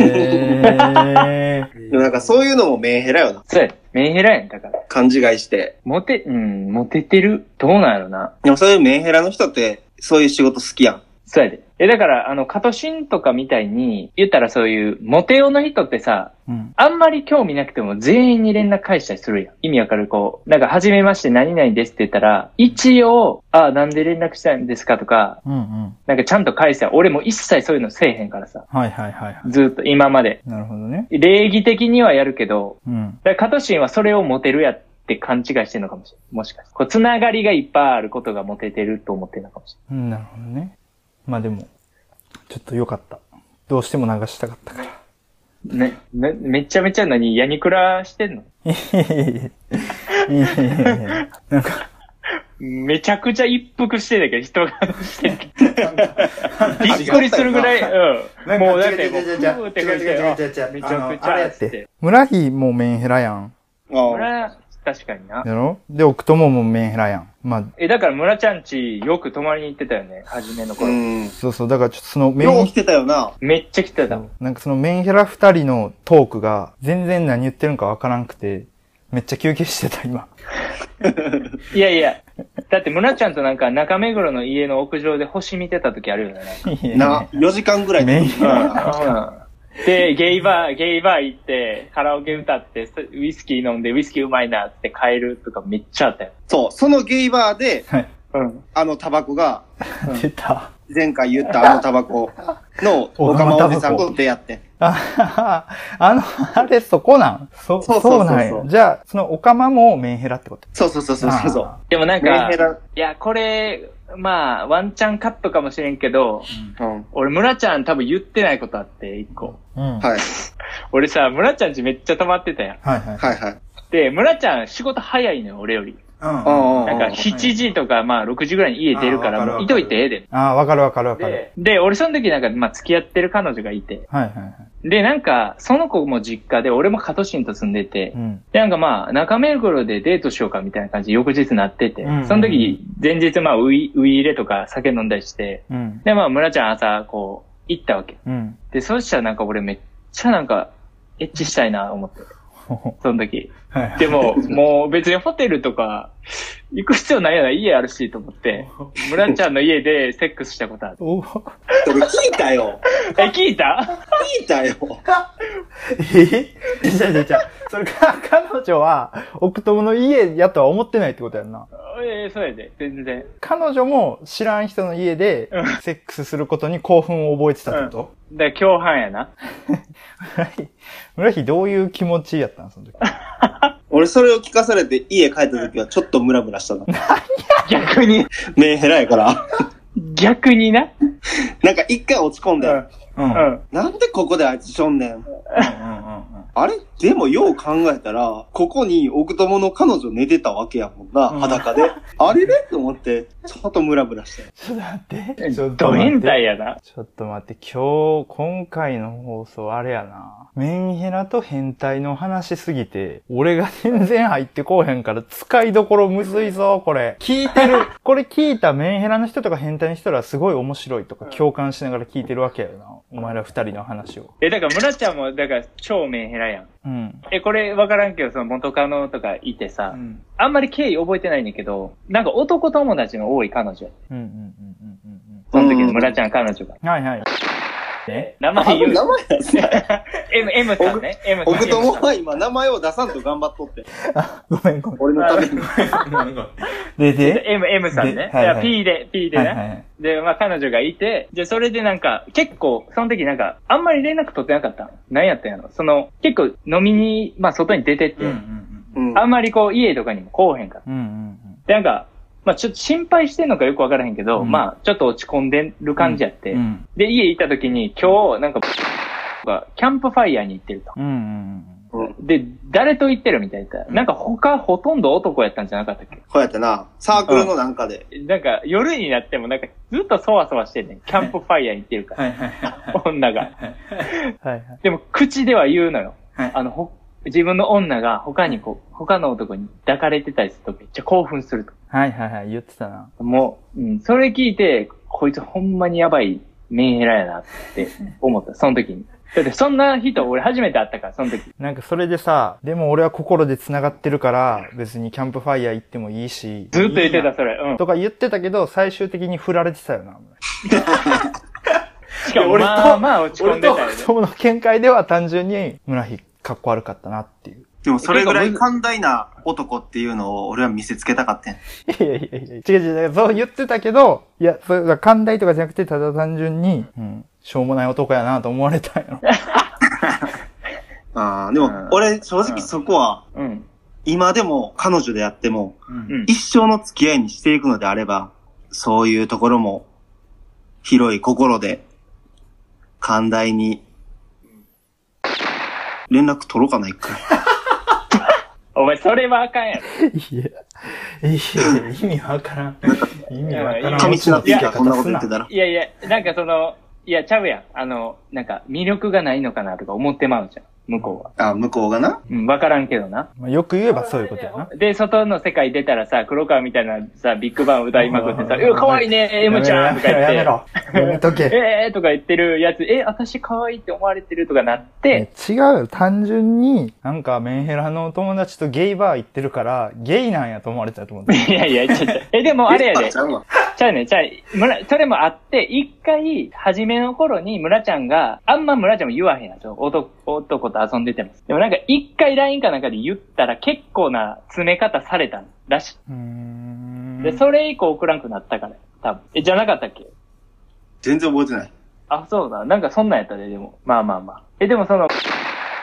[LAUGHS] えー、でもなんかそういうのもメンヘラよな。そうや、メンヘラやん、だから。勘違いして。モテ、うん、モテてるどうなんやろな。でもそういうメンヘラの人って、そういう仕事好きやん。そうやで。え、だから、あの、カトシンとかみたいに、言ったらそういう、モテ用の人ってさ、うん。あんまり興味なくても全員に連絡返したりするやん。意味わかるこう、なんか、初めまして何々ですって言ったら、一応、あ、なんで連絡したんですかとか、うんうん。なんかちゃんと返せや。俺も一切そういうのせえへんからさ。はいはいはいはずーっと今まで。い。なるほどね。礼儀的にはやるけど、うん。だからカトシンはそれをモテるやって勘違いしてるのかもしれん。もしかして。こう、つながりがいっぱいあることがモテてると思ってるのかもしれん。うんなるほどね。まあでも、ちょっと良かった。どうしても流したかったから。ね、ね、めちゃめちゃ何、ヤニクラしてんのいやいやいやいやいやいやなんか、めちゃくちゃ一服してたけど、人がしてる [LAUGHS] びっくりするぐらい、うん。もうだってもう、ふーって感じで、あめちゃくちゃっでて。村木もメンヘラやん。ああ。村、確かにな。やろで、奥友もメンヘラやん。まあ、え、だから村ちゃんち、よく泊まりに行ってたよね、初めのう頃。ん。そうそう、だからちょっとそのメようン来、てたよな。めっちゃ来てたもん。なんかそのメンヘラ二人のトークが全然何言ってるんかわからんくて、めっちゃ休憩してた [LAUGHS] 今。いやいや、だって村ちゃんとなんか中目黒の家の屋上で星見てた時あるよね。な、4時間ぐらいメンで。ヘで、ゲイバー、ゲイバー行って、カラオケ歌って、そウイスキー飲んで、ウイスキーうまいなって買えるとかめっちゃあったよ。そう、そのゲイバーで、はい。うん。あのタバコが、 [LAUGHS] 出た。 [LAUGHS] 前回言ったあのタバコの、おオカマおじさんタバと出会って。あははあの、あれ、そこなんそ、そうそうそうそうそうなんや。じゃあ、その、オカマもメンヘラってことそうそうそうそうそうそう。でもなんメンかヘ、ラ。いや、これ、まあ、ワンチャンカットかもしれんけど、うん。俺、村ちゃん多分言ってないことあって、一個。うん。はいはい。俺さ、村ちゃんちめっちゃ泊まってたやん。はい。はいはい。で、村ちゃん仕事早いのよ、俺より。うんうんなんか、7時とか、まあ、6時ぐらいに家出るから、あーわかるもう、いといてええで。ああ、わかるわかるわかる。で、で、俺その時なんか、まあ、付き合ってる彼女がいて、はいはいはい。で、なんか、その子も実家で、俺も加藤市にと住んでてう、ん。で、なんかまあ、中目黒でデートしようかみたいな感じで翌日なってて、うんその時、前日まあ、ウイ、ウイ入れとか酒飲んだりして、うん。で、まあ、村ちゃん朝、こう、行ったわけ。うん。 [LAUGHS] で、そしたらなんか俺めっちゃなんか、エッチしたいな、思って、ほほその時。はいはい。。でも、もう別にホテルとか、行く必要ないやな、家あるし、と思って、村ちゃんの家でセックスしたことあるおーそれ聞いたよ。え、聞いた聞いたよ。え [LAUGHS] じゃじゃじゃそれか、彼女は、奥友の家やとは思ってないってことやんな。ええ、そうやで、全然。彼女も知らん人の家で、セックスすることに興奮を覚えてたってこと、だから共犯やな。 [LAUGHS] 村木、村木どういう気持ちやったんその時。俺それを聞かされて家帰った時はちょっとムラムラしたな。逆に、メンヘラやから。逆にな。なんか一回落ち込んうで、ん。うん。うんうん。なんでここであいつしょんねうん。んうん。あれでもよう考えたら、ここに奥友の彼女寝てたわけやもんな、うん裸で。あれれと思って、ちょっとムラムラして。ちょっと待って。ちょっとド待変って。態やな。ちょっと待って、今日、今回の放送あれやな。メンヘラと変態の話すぎて、俺が全然入ってこうへんから使いどころむずいぞ、これ。聞い [LAUGHS] てる。これ聞いたメンヘラの人とか変態の人らすごい面白いとか共感しながら聞いてるわけやよな。お前ら二人の話を。え、だから村ちゃんも、だから超メンヘラやん。うん。え、これわからんけど、その元カノとかいてうさ、ん。あんまり経緯覚えてないんだけど、なんか男友達の多い彼女。うんうんうんうんうんその時の村ちゃん彼女が。うん。はいはい。ね名あ前言う。名前なんすね。 [LAUGHS] M、M さんね。M さん。奥 M 友さんは今名前を出さんと頑張っとって。 [LAUGHS] ごめんごめん。俺のために。で、で、 M、M さんね。ではいはいいや P で、P でね。はいはいで、まあ彼女がいて、で、それでなんか、結構、その時なんか、あんまり連絡取ってなかったの。何やったんやろその、結構飲みに、まあ外に出てって、うんあんまりこう家とかにも来おへんかった。うんうんで、なんか、まあちょっと心配してんのかよくわからへんけど、うんまあちょっと落ち込んでる感じやって、うん。うん。で、家行った時に今日、なんか、がキャンプファイヤーに行ってると。うんうんで、誰と行ってるみたいな。なんか他ほとんど男やったんじゃなかったっけこうやってな、サークルのなんかで。なんか夜になってもなんかずっとそわそわしてんねん。キャンプファイヤーに行ってるから。はいはいはい。女が。うん。はいはい。でも口では言うのよ。はいあの、ほ、自分の女が他にこう、他の男に抱かれてたりするとめっちゃ興奮すると。はいはいはい、言ってたな。もう、うん、それ聞いて、こいつほんまにやばいメンヘラやなって思った、その時に。だってそんな人俺初めて会ったから、その時。なんかそれでさ、でも俺は心で繋がってるから、別にキャンプファイヤー行ってもいいし。ずっと言ってた、それ。うん。とか言ってたけど、最終的に振られてたよな。しかも、まあまあ落ち込んでたよね。その見解では単純に、村日、かっこ悪かったなっていう。でもそれぐらい寛大な男っていうのを俺は見せつけたかったん。いやいやいやいや、違う違う違う、そう言ってたけど、いや、それが寛大とかじゃなくて、ただ単純に、うん、しょうもない男やなと思われたよ。ああ、でもうん俺正直そこは、うん。今でも彼女であっても、うん。一生の付き合いにしていくのであれば、そういうところも、広い心で、寛大に、連絡取ろうかな、一回。お前、それはあかんやろ。 [LAUGHS] いや、いや、意味わから [LAUGHS] ん。意味わからん。噛みしなっていいから、いやこんなこと言ってたら。いやいや、なんかその、いや、ちゃうやん。あの、なんか、魅力がないのかなとか思ってまうじゃん。向こうは。あ、向こうがな。うん、わからんけどな。まあよく言えばそういうことやな。で、外の世界出たらさ、黒川みたいなさ、ビッグバン歌いまくってさ、ううんわ、可愛いね、M ちゃんとか言って、やめろ、やめろ。やめとけ。えーとか言ってるやつ、え、私可愛いって思われてるとかなって、違うよ単純に、なんかメンヘラのお友達とゲイバー行ってるから、ゲイなんやと思われたと思って。いやいや、ちょっと、え、でも [LAUGHS] あれやえでち、ゃうわちゃうね、ちゃう、村、それもあって、一回、初めの頃に村ちゃんが、あんま村ちゃんも言わへんやつ男、男と遊んでても。でもなんか、一回 LINE かなんかで言ったら、結構な詰め方されたんらしうーんい。で、それ以降送らんくなったから、多分。え、じゃなかったっけ全然覚えてない。あ、そうだ。なんかそんなんやったで、でも。まあまあまあ。え、でもその、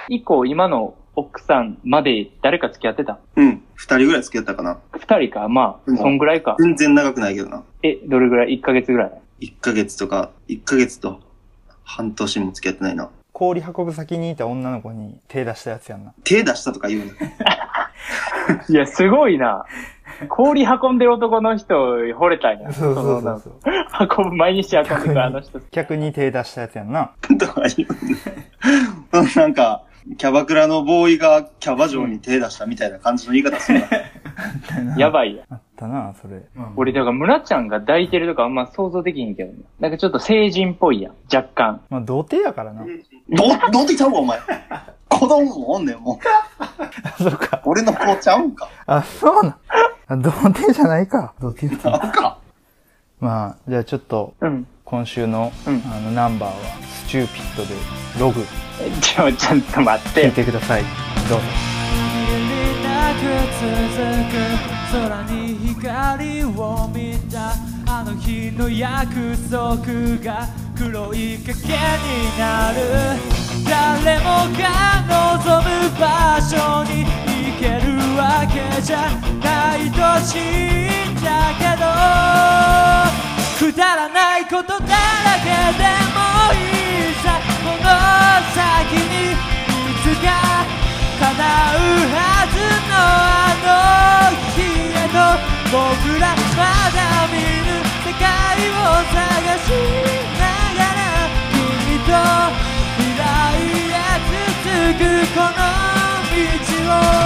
以降、今の奥さんまで誰か付き合ってたうん。二人ぐらい付き合ったかな。二人かまうあ、んそんぐらいか。全然長くないけどな。え、どれぐらい ?1 ヶ月ぐらい一ヶ月とか、一ヶ月と半年も付き合ってないな。氷運ぶ先にいた女の子に手出したやつやんな。手出したとか言うの。いや、すごいな。氷運んでる男の人、惚れたんや。そうそうそうそそう。の運ぶ、毎日運んでくるあ [LAUGHS] の人。客に手出したやつやんな。とか言うの。 [LAUGHS] なんか、キャバクラのボーイがキャバ嬢に手出したみたいな感じの言い方す [LAUGHS] るな。やばいや。あったな、それ。俺、だから村ちゃんが抱いてるとかあんま想像できんけどな。なんかちょっと成人っぽいやん。若干。まあ、童貞やからな。ど、どうてちゃうわ、お前。子供もおんねん、もう。あ、 [LAUGHS] そうか。俺の子ちゃうんか。あ、そうなん。あ童貞じゃないか。童貞やったななんか。まあ、じゃあちょっと、うん。今週の、うんあの、ナンバーは、スチューピッドで、ログ、えちょ、ちょっと待って聞いよ。 [LAUGHS] てください。どうぞ。限りなく続く空に光を見たあの日の約束が黒い影になる誰もが望む場所に行けるわけじゃないと知ったけどくだらないことだらけでもいいさこの先に見つけが叶うはずのあの日への僕らまだ見ぬ世界を探しながら君と未来へ続くこの道を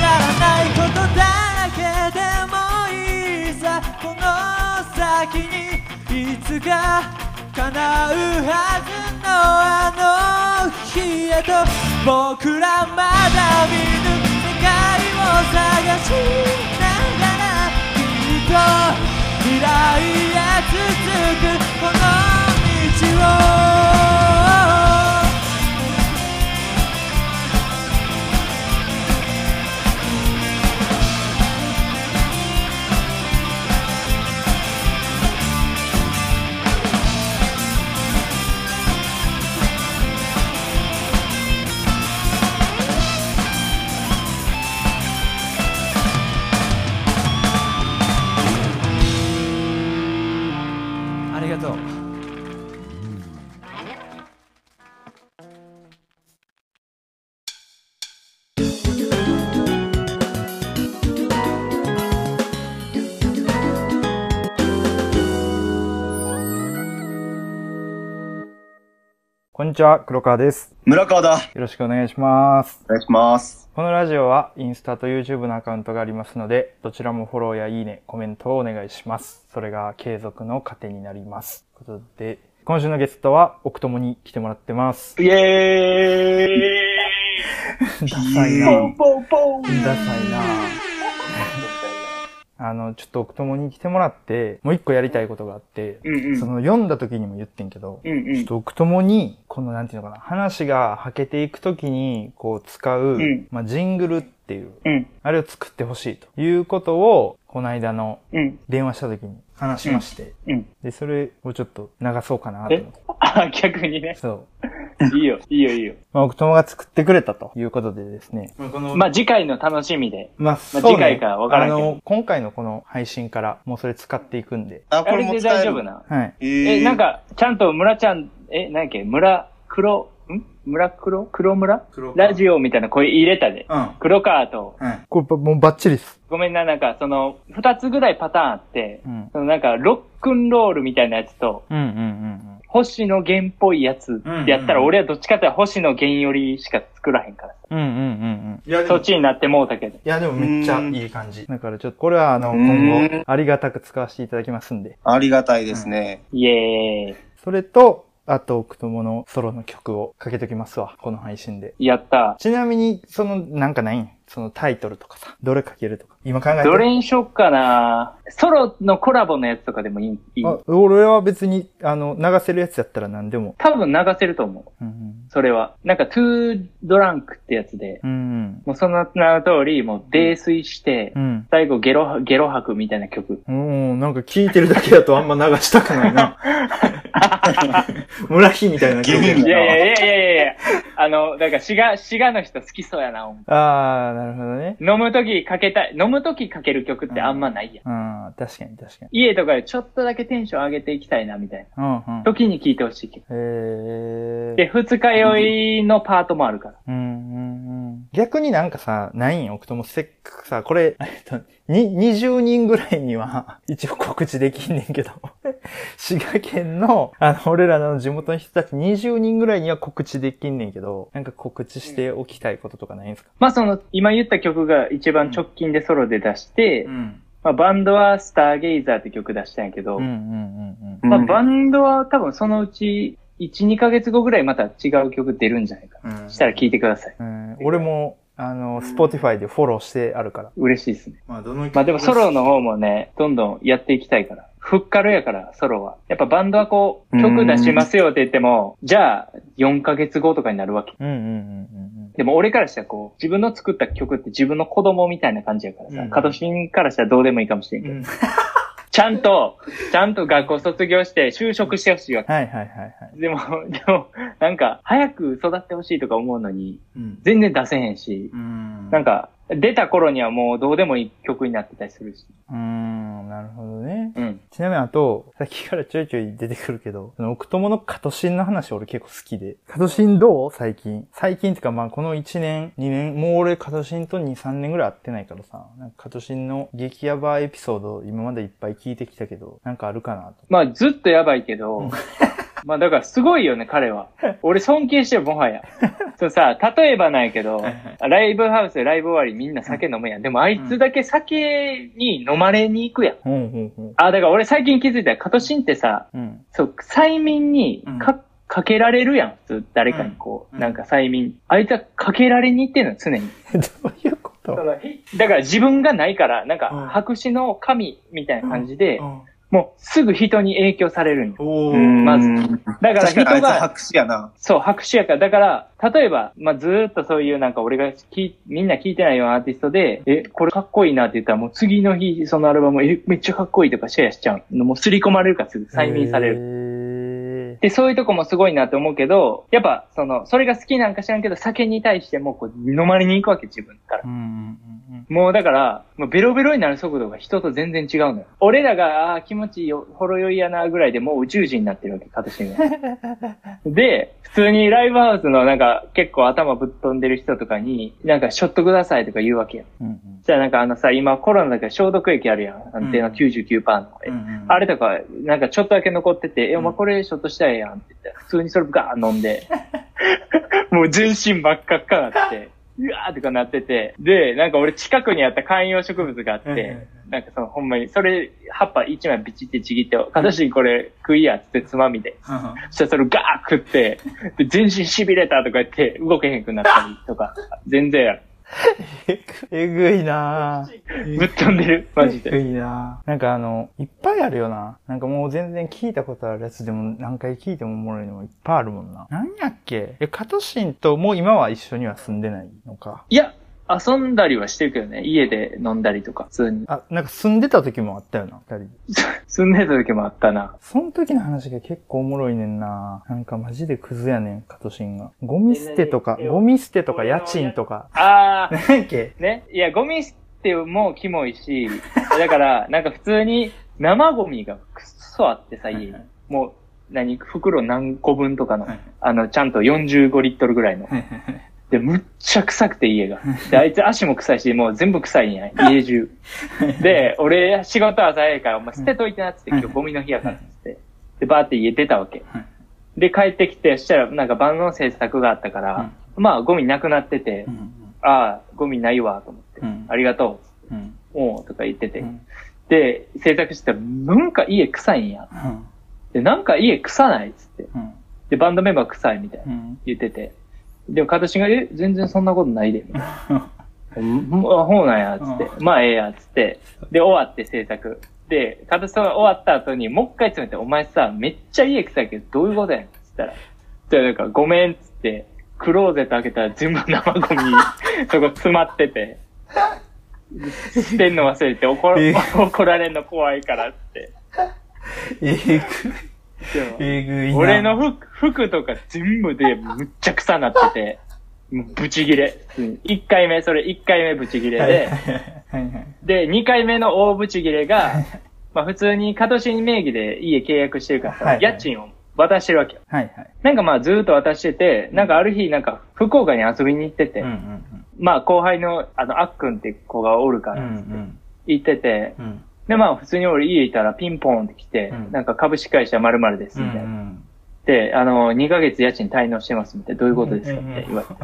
ならないことだらけでもいいさこの先にいつか叶うはずのあの日へと僕らまだ見ぬ世界を探しながらきっと未来へ続くこの道をありがとう。こんにちは、黒川です。村川だ。よろしくお願いします。お願いします。このラジオはインスタと YouTube のアカウントがありますので、どちらもフォローやいいね、コメントをお願いします。それが継続の糧になります。ということで、今週のゲストは奥友に来てもらってます。イエダサいなーイポンポンポンダサいなあの、ちょっと奥友に来てもらって、もう一個やりたいことがあって、うんうんその読んだ時にも言ってんけど、うんうちょっん。と奥友に、このなんていうのかな、話がはけていくときに、こう使う、んまあ、ジングルっていう、うんあれを作ってほしいということを、この間のうん。電話したときに話しまして、うん。で、それをちょっと流そうかなと思って。あ、逆にね。そう。いいよ、いいよ、いいよ。まあ、奥友が作ってくれたということでですね。まあ、次回の楽しみで。まあ、まそあうね次回から分からんけあどの、今回のこの配信から、もうそれ使っていくんで。あれで大丈夫な。はい。え、なんか、ちゃんと村ちゃん、え、何やっけ、村、黒、ん村黒黒村ラジオみたいな声入れたで。うん黒川と、これば、もうバッチリです。ごめんな、なんか、その、二つぐらいパターンあって、うんそのなんか、ロックンロールみたいなやつと、うんうんうん星野源っぽいやつってやったら、俺はどっちかって言ったら星野源よりしか作らへんから。うん。うんうんうんうん。いそっちになってもうたけど。や、でもめっちゃいい感じ。だからちょっと、これはあの、今後、ありがたく使わせていただきますんで。ありがたいですね。イエーそれと、あと、奥友のソロの曲をかけときますわ。この配信で。イ。やった。ちなみに、その、なんかないんそのタイトルとかさ。どれかけるとか。今考えてるどれにしよっかなソロのコラボのやつとかでもいいいいあ俺は別に、あの、流せるやつやったら何でも。多分流せると思う。うんそれは。なんか、トゥードランクってやつで、うん。うんもうその名の通り、もう泥酔して、うん。うん。最後ゲロ、ゲロ吐くみたいな曲。おーなんか聞いてるだけだとあんま流したくない [LAUGHS] な。村日みたいな曲やいやいな。やいやいやいやいやあの、なんか、滋賀、滋賀の人好きそうやな、思あー、なるほどね。う飲むときかけたい、飲むときかける曲ってあんまないやん。うん、確かに確かに。家とかでちょっとだけテンション上げていきたいな、みたいな。うんうん。時に聴いてほしい曲。えーで、二日酔いのパートもあるから。うんうんうん逆になんかさ、ないん奥ともせっかくさ、これ、 [LAUGHS] えっと、に、20人ぐらいには、 [LAUGHS] 一応告知できんねんけど、 [LAUGHS] 滋賀県の、あの、俺らの地元の人たち20人ぐらいには告知できんねんけど、なんか告知しておきたいこととかないんすかまあ、その、今言った曲が一番直近でソロで出して、ん。まあ、バンドはスターゲイザーって曲出したんやけど、うんうんうんうんまあ、バンドは多分そのうち1、2ヶ月後ぐらいまた違う曲出るんじゃないかうんうんな。したら聴いてください。うん。俺も、あの、スポティファイでフォローしてあるから。嬉しいですね。まあ、どのまあでもソロの方もね、どんどんやっていきたいから。ふっかるやから、ソロは。やっぱバンドはこう、曲出しますよって言っても、じゃあ、4ヶ月後とかになるわけ。うんうんうんでも俺からしたらこう、自分の作った曲って自分の子供みたいな感じやからうんさ、カトシンからしたらどうでもいいかもしれうんんけうど、ん。うん。はいちゃんと、ちゃんと学校卒業して就職してほしいわけ。はいはいはい。でも、でも、なんか、早く育ってほしいとか思うのに、うん。全然出せへんし、うん。なんか、出た頃にはもうどうでもいい曲になってたりするし。うーん、なるほどね。うん。ちなみにあと、さっきからちょいちょい出てくるけど、その奥友のカトシンの話俺結構好きで。カトシンどう最近。最近ってかまあこの1年、2年、もう俺カトシンと2、3年ぐらい会ってないからさ、なんかカトシンの激ヤバエピソード今までいっぱい聞いてきたけど、なんかあるかなと。まあ、ずっとやばいけど、 [LAUGHS] まあ、だからすごいよね、彼は。俺尊敬してる、もは [LAUGHS] や。そうさ、例えばないけど、ライブハウスでライブ終わりみんな酒飲むやん。でもあいつだけ酒に飲まれに行くやん。ほうほうほう。あ、だから俺最近気づいたよ。カトシンってさ、うん。そう、催眠にか、かけられるやん、普通。誰かにこう、なんか催眠。あいつはかけられに行ってんの、常に。 [LAUGHS] どういうことだから自分がないから、なんうんか、白紙の神みたいな感じで、うんもうすぐ人に影響されるんよおうーんまずだから確人かにあいつが、白紙やな。そう、白紙やから。だから、例えば、まあ、ずーっとそういうなんか俺がきみんな聞いてないようなアーティストで、え、これかっこいいなって言ったらもう次の日、そのアルバム、え、めっちゃかっこいいとかシェアしちゃうの。もう刷り込まれるからすぐ催眠される。る。で、そういうとこもすごいなと思うけど、やっぱ、その、それが好きなんか知らんけど、酒に対してもうこう、飲まれに行くわけ、自分から。うんうんうんうん。もうだから、もうベロベロになる速度が人と全然違うのよ。俺らが、あー気持ちいいよ、ほろ酔いやなぐらいでもう宇宙人になってるわけ、カ [LAUGHS] トシンは。で、普通にライブハウスのなんか結構頭ぶっ飛んでる人とかに、なんかショットくださいとか言うわけよ。うんうんそしたらなんかあのさ、今コロナだから消毒液あるやん。安定の99%の、うんあれとか、なんかちょっとだけ残ってて、え、お前これショットしたらええやんって言って、普通にそれガーン飲んで、 [LAUGHS] もう全身真っ赤っかな [LAUGHS] って、うわーとかなってて、で、なんか俺近くにあった観葉植物があっうんて、なんかそのほんまに、それ、葉っぱ一枚ビチってちぎって、私これ食いやっつってつまみで、そしたらそれガー食って、で全身痺れたとか言って動けへんくなったりとか、全然やるえぐいなぁ。ぶっ飛んでる、マジで。いいななんかあの、いっぱいあるよな。なんかもう全然聞いたことあるやつでも何回聞いてもおもろいのもいっぱいあるもんな。なんやっけえ、カトシンともう今は一緒には住んでないのか。いや、遊んだりはしてるけどね、家で飲んだりとか、普通に。あ、なんか住んでた時もあったよな、二人で。住んでた時もあったな。その時の話が結構おもろいねんななんかマジでクズやねん、カトシンが。ゴミ捨てとか、ゴミ捨てとか家賃とか。ああ、なんやっけね。いや、ゴミ捨てもキモいし、 [LAUGHS] だから、なんか普通に生ゴミがくっそあってさ、家に。もう、何、袋何個分とかの、あの、ちゃんと45リットルぐらいの。で、むっちゃ臭くて家が。で、あいつ足も臭いし、もう全部臭いんや、家中。で、俺仕事朝早いから、お前捨てといてなっつって、今日ゴミの日やからっつって。で、バーって家出たわけ。で、帰ってきて、そしたら、なんか万能制作があったから、まあ、ゴミなくなってて、ああ、ゴミないわ、と思って。ありがとう。うんおう、とか言ってて。んで、制作してたら、なんか家臭いんや。うん。で、なんか家臭ないっつって。うん。で、バンドメンバー臭いみたいなうん。言ってて。でも、カトシが、え、全然そんなことないで。みたいなうんあ、ほうなんや、つって。まあ、ええや、つって。で、終わって制作。で、カトシが終わった後に、もう一回詰めて、お前さ、めっちゃ家臭いけど、どういうことやねんっつったら。じゃなんか、ごめん、っつって、クローゼット開けたら全部生ゴミ、 [LAUGHS] そこ詰まってて。捨てんの忘れて怒えら、怒られんの怖いからっつって。えぐい、でもえぐいな俺の服服とか全部でむっちゃ臭 [LAUGHS] なってて、もうブチギレ。1回目、それ1回目ブチギレはいでは、いはい。で、2回目の大ブチギレが、まあ普通に、カトシン名義で家契約してるからはさい、はい家賃を渡してるわけよ。はいはい。なんかまあずーっと渡してて、なんかある日なんか福岡に遊びに行っててうんう、んまあ後輩のあの、あっくんって子がおるかうん。うら、ん行ってて、うん。うん。でまあ普通に俺家いたらピンポンって来てうん、なんか株式会社〇〇です、うんみたいな。うん。で、あの、2ヶ月家賃滞納してますみたいな、どういうことですかって言われて。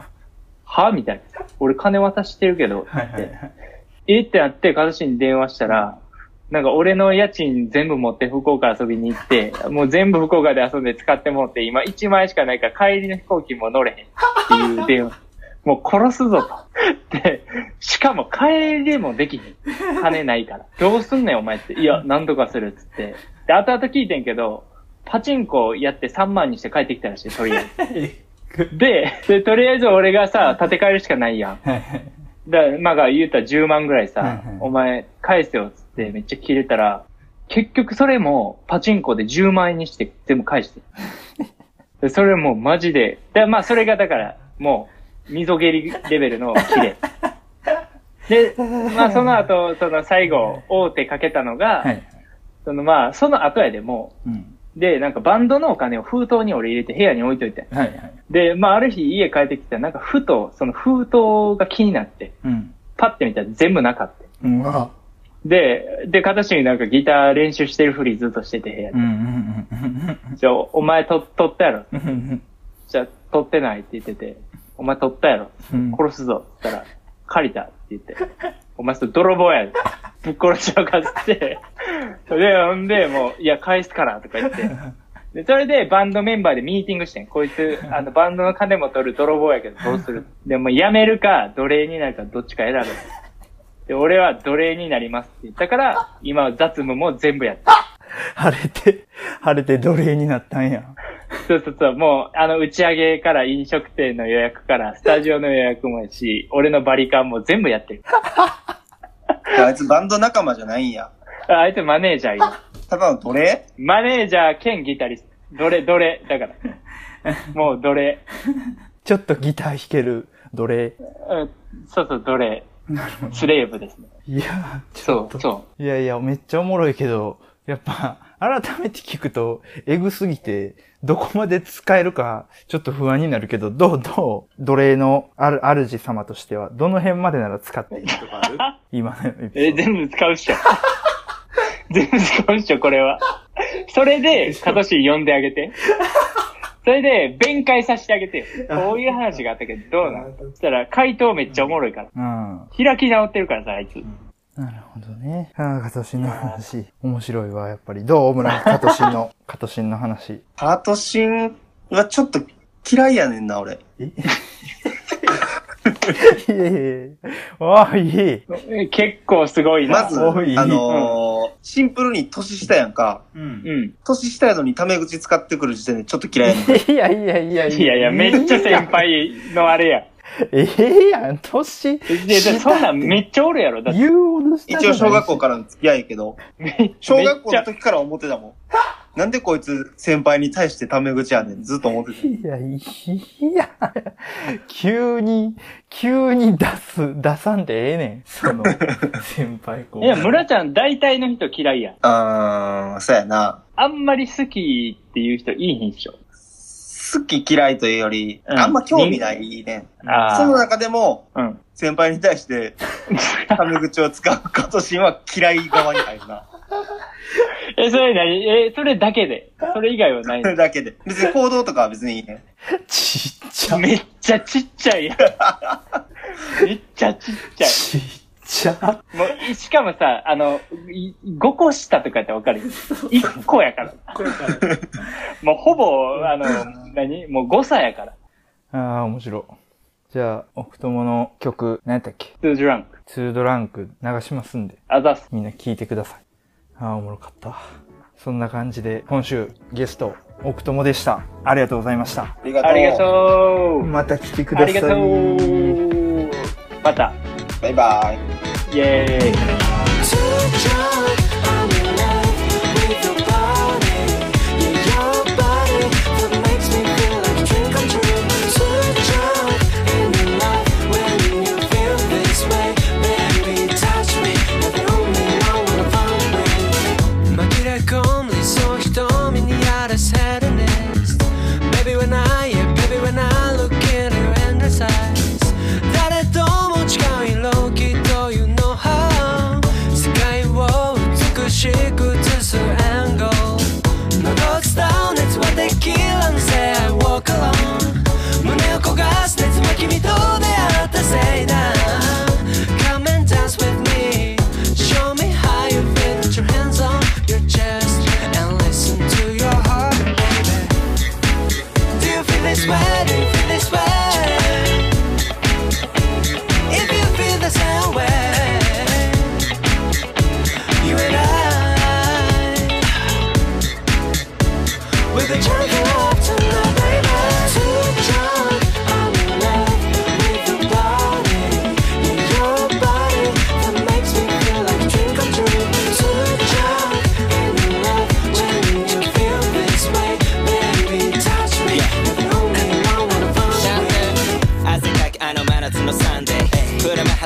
はみたいな。俺金渡してるけど、ってはいはい言っはてい。えってなって、カトシンに電話したら、なんか俺の家賃全部持って福岡遊びに行って、もう全部福岡で遊んで使ってもって、今1万円しかないから帰りの飛行機も乗れへんっていう電話。もう殺すぞと。で、しかも帰りもできひん。金ないから。どうすんねんお前って。いや、なんとかするっつって。で、後々聞いてんけど、パチンコやって3万にして帰ってきたらしい、とりあえず。で、でとりあえず俺がさ、立て替えるしかないやん。はいはい。だから、まあ、言うたら10万ぐらいさ、はいはいお前返せよっつってめっちゃ切れたら、結局それもパチンコで10万円にして全部 [LAUGHS] 返して。でそれもうマジで、でまあそれがだから、もう、溝蹴りレベルの切 [LAUGHS] れ。で、まあその後、その最後、大手かけたのが、はいはい。そのまあその後やでもうん。う、で、なんかバンドのお金を封筒に俺入れて部屋に置いといて。はいはい。で、まあある日家帰ってきたら、なんかふと、その封筒が気になって、うん。パッて見たら全部なかった。うわ。で、で、形になんかギター練習してるふりずっとしてて部屋うで。んうんじゃあ、お前と、取ったやろ。うんうんうんじゃあ、取ってないって言ってて、お前取ったやろ。うん。殺すぞ。って言ったら、借りたって言って、お前それ泥棒やで。ぶっ殺しちゃうかっつって。で、ほんで、もう、いや、返すから、とか言って。で、それでバンドメンバーでミーティングしてん。こいつ、あの、バンドの金も取る泥棒やけど、どうするでも、辞めるか、奴隷になるか、どっちか選べ。で、俺は奴隷になりますって言ったから、今は雑務も全部やった。晴れて、晴れて奴隷になったんや。そうそうそう、もう、あの、打ち上げから飲食店の予約から、スタジオの予約もやし、俺のバリカンも全部やってる。あいつバンド仲間じゃないんや。ああいつマネージャーいる。ただの奴 [LAUGHS] 隷マネージャー兼ギタリスト。どれどれだから。 [LAUGHS] もうどれ。ちょっとギター弾ける奴隷。うん、そうそう、どれ。スレーブですね。いや、そう、そいやいや、めっちゃおもろいけど、やっぱ、改めて聞くと、エグすぎて、どこまで使えるか、ちょっと不安になるけど、どう、どう、奴隷のある、主様としては、どの辺までなら使っていいとかある今のエピソーう。ドえ、全部使うっしょ。 [LAUGHS] 全部使うっしょ、これは。それで、カトシー呼んであげて。それで、弁解させてあげてよ。こういう話があったけど、どうなのそしたら、回答めっちゃおもろいから。うん。な開き直ってるからさ、あいつ。るほどね。ああ、カトシンの話。面白いわ、やっぱり。どうオムライス、カトシン [LAUGHS] の、カトシンの話。パートシンはちょっと嫌いやねんな、俺。いえいえ。ああ、いえ。結構すごいな。まず、あおいのーシンプルに年下やんか。うんう。ん。年下やのにタメ口使ってくる時点でちょっと嫌い [LAUGHS] やねん。いやいやいやいやいや、めっちゃ先輩のあれや。ええやん、年。で、だそんなんめっちゃおるやろ。だって言うほどしたじゃな一応いし小学校からの付き合いやけど、小学校めのっちゃ時から思ってたもん。なんでこいつ先輩に対してタメ口やねん。ずっと思ってた。いや、いや、急に、急に出す、出さんでええねん。そ [LAUGHS] の、先輩後いや、村ちゃん大体の人嫌いやん。あー、そうやな。あんまり好きっていう人いい品種。好き嫌いというより、うんあんま興味ないね。あそのあ。中でも、うん。 [LAUGHS] 先輩に対して、タメ口を使うカトシンは嫌い側に入るな。え、それ何え、それだけで。それ以外は [LAUGHS] ないそれの。だけで。別に行動とかは別にいいね。ちっちゃ、めっちゃちっちゃいやん。めっちゃちっちゃちっちゃ。い。もう、しかもさ、あの、い5個下とかやってわかる ?1 個やから。もうほぼ、あの、何もう5歳やから。ああ、面白い。じゃあ、奥友の曲、何やったっけトゥージュランク。ツードランク流しますんで、あざっす。みんな聴いてください。ああ、おもろかった。そんな感じで、今週、ゲスト、奥友でした。ありがとうございました。ありがとう。ありがとう。また来てくあださりい。がとう。また。バイバイ。イェーイ。 Baby when I, yeah, baby when I look in her endless eyes 誰とも違う色気というのは世界を美しく映すアングル No thoughts down, that's what they kill and say I walk alone 胸を焦がす熱は君と出会ったせいだ uh-huh. Come and dance with me Show me how you feel Put your hands on your chest And listen to your heart, baby Do you feel this way? Do you feel this way? If you feel the same,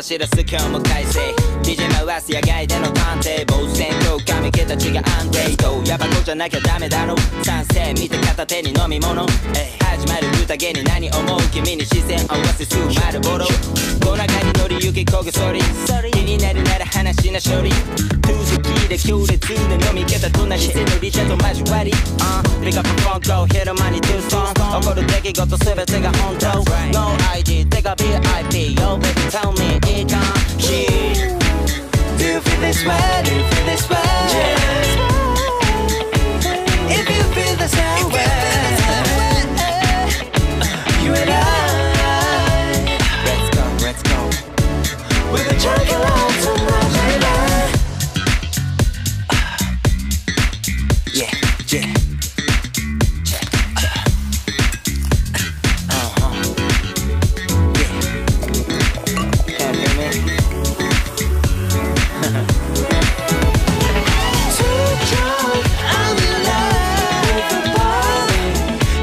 走る今日も快晴 DJ 回す野外での探偵防戦と髪毛たちが安定とヤバコじゃなきゃダメだろ賛成見て片手に飲み物えい始まる宴に何思う君に視線合わせすぐ丸ボロ小中に乗り行きこぐソリ気になるなら話しな処理トゥースキーで強烈な飲み方となりせのリチャと交わりピカップフォンコ広間にトゥーストーン起こる出来事全てが本当 No ID てか VIP Yo baby tell me it gone Shit Do you feel this way? Do you feel this way? If you feel the same way You and I Let's go, let's go We're the jungle out tonight, baby Yeah, yeah Can you hear me? Too drunk, I'm in love with the body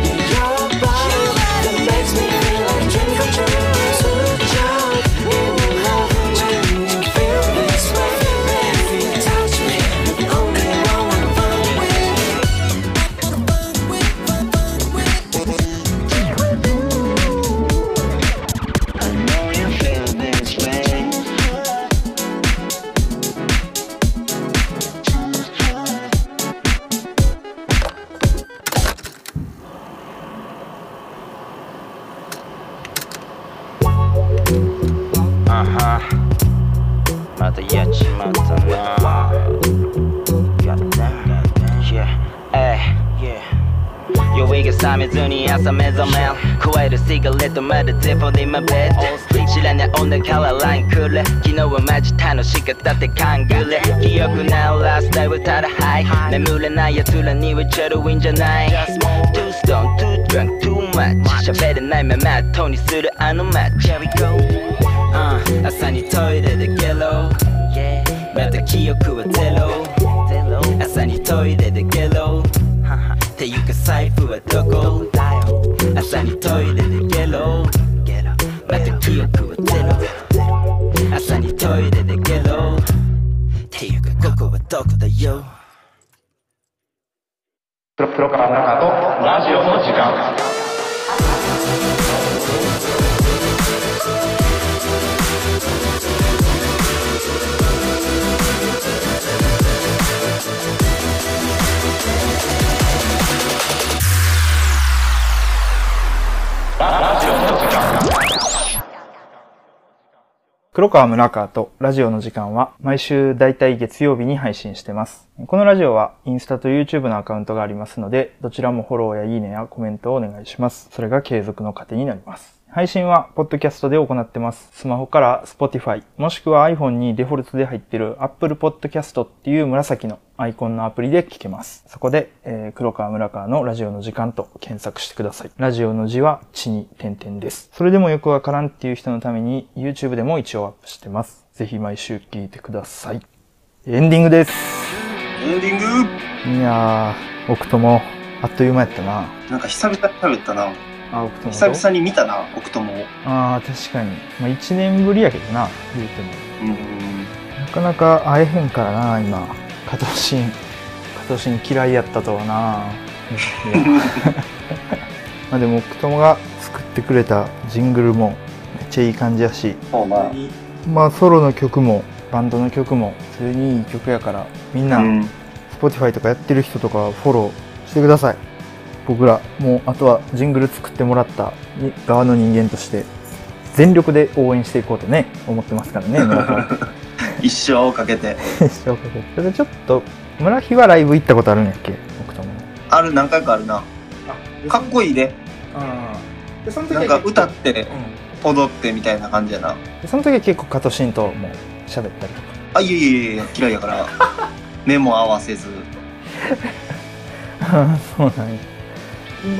in your body that makes me feel like dream come true. Too drunk, in love when you feel this way. Baby, touch me, the only one I'm fun with. I know you feel this way. Mata yachi, mata na. Goddamn, yeah, eh, yeah. 酔いが覚めずに朝目覚める加えるシガレットまでゼロにまべて知らない女から LINE くれ昨日はマジ楽しかったって勘ぐれ記憶なラストはただハイ眠れない奴らにはジェルウィンじゃない Too strong, too drunk, too much 喋れないままトにするあのマッチ Here we go うん朝にトイレでゲロまた記憶はゼロ朝にトイレでゲロっていうか財布はどこ朝にトイレでゲロまた記憶はゼロ朝にトイレでゲロっていうかここはどこだよ黒黒川中とラジオの時間黒川村川とラジオの時間は毎週だいたい月曜日に配信してます。このラジオはインスタと YouTube のアカウントがありますので、どちらもフォローやいいねやコメントをお願いします。それが継続の糧になります。配信はポッドキャストで行ってます。スマホから Spotify、もしくは iPhone にデフォルトで入ってる Apple Podcast っていう紫のアイコンのアプリで聞けます。そこで、えー黒川村川のラジオの時間と検索してください。ラジオの字は地に点々です。それでもよくわからんっていう人のために YouTube でも一応アップしてます。ぜひ毎週聞いてください。エンディングです。エンディングいやー、奥友、あっという間やったな。なんか久々に喋ったな。あ、奥友。久々に見たな、奥友を。ああ、確かに。まあ、1年ぶりやけどな、言うても。うん。なかなか会えへんからな、今。加藤慎。加藤慎嫌いやったとはな。まあでも、奥友が作ってくれたジングルもめっちゃいい感じやし、そうな。まあソロの曲もバンドの曲も普通にいい曲やから、みんな、うん。 Spotify とかやってる人とかフォローしてください。僕ら、もうあとはジングル作ってもらったに側の人間として、全力で応援していこうとね、思ってますからね、村上一生をかけ紹て。介するそれでちょっと村日はライブ行ったことあるんやっけ僕ともある、何回かあるな。かっこいいね。うんでその時なはん結構か歌って、う踊ってみたいな感じやな。んでその時は結構加藤慎とも喋ったりとかあ、いえいえいえ、嫌いや [LAUGHS] から。目も合わせず。 [LAUGHS] そうなんや、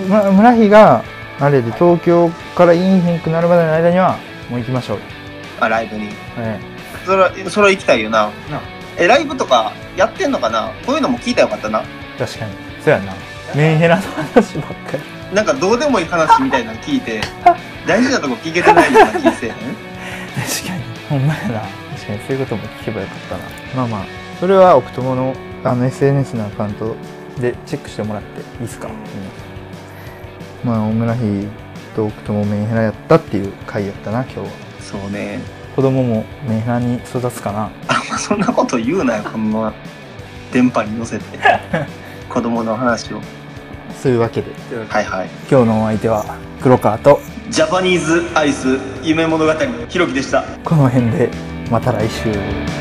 ま、村日があれで東京からインフィンクなるまでの間にはもう行きましょう、あ、ライブに。えそれは、それは行きたいよなな。え、ライブとかやってんのかなこういうのも聞いたらよかったな。え確かにそうやなメンヘラの話ばっかりなんかどうで [LAUGHS] もいい話みたいなの聞いて、大事なとこ聞けてないような気せえへん確かにほんまやな。確かにそういうことも聞けばよかったな。まあまあ、それは奥友のあの SNS のアカウントでチェックしてもらっていいですか、うん、まあ、オムラヒと奥友メンヘラやったっていう回やったな、今日は。そうね。子供もメンヘラに育つかな。あんま [LAUGHS] そんなこと言うなよ、こんな電波に乗せて。子供の話を。そういうわけで、はいはい。今日のお相手は黒川と、ジャパニーズアイス夢物語、ひろきでした。この辺で、また来週。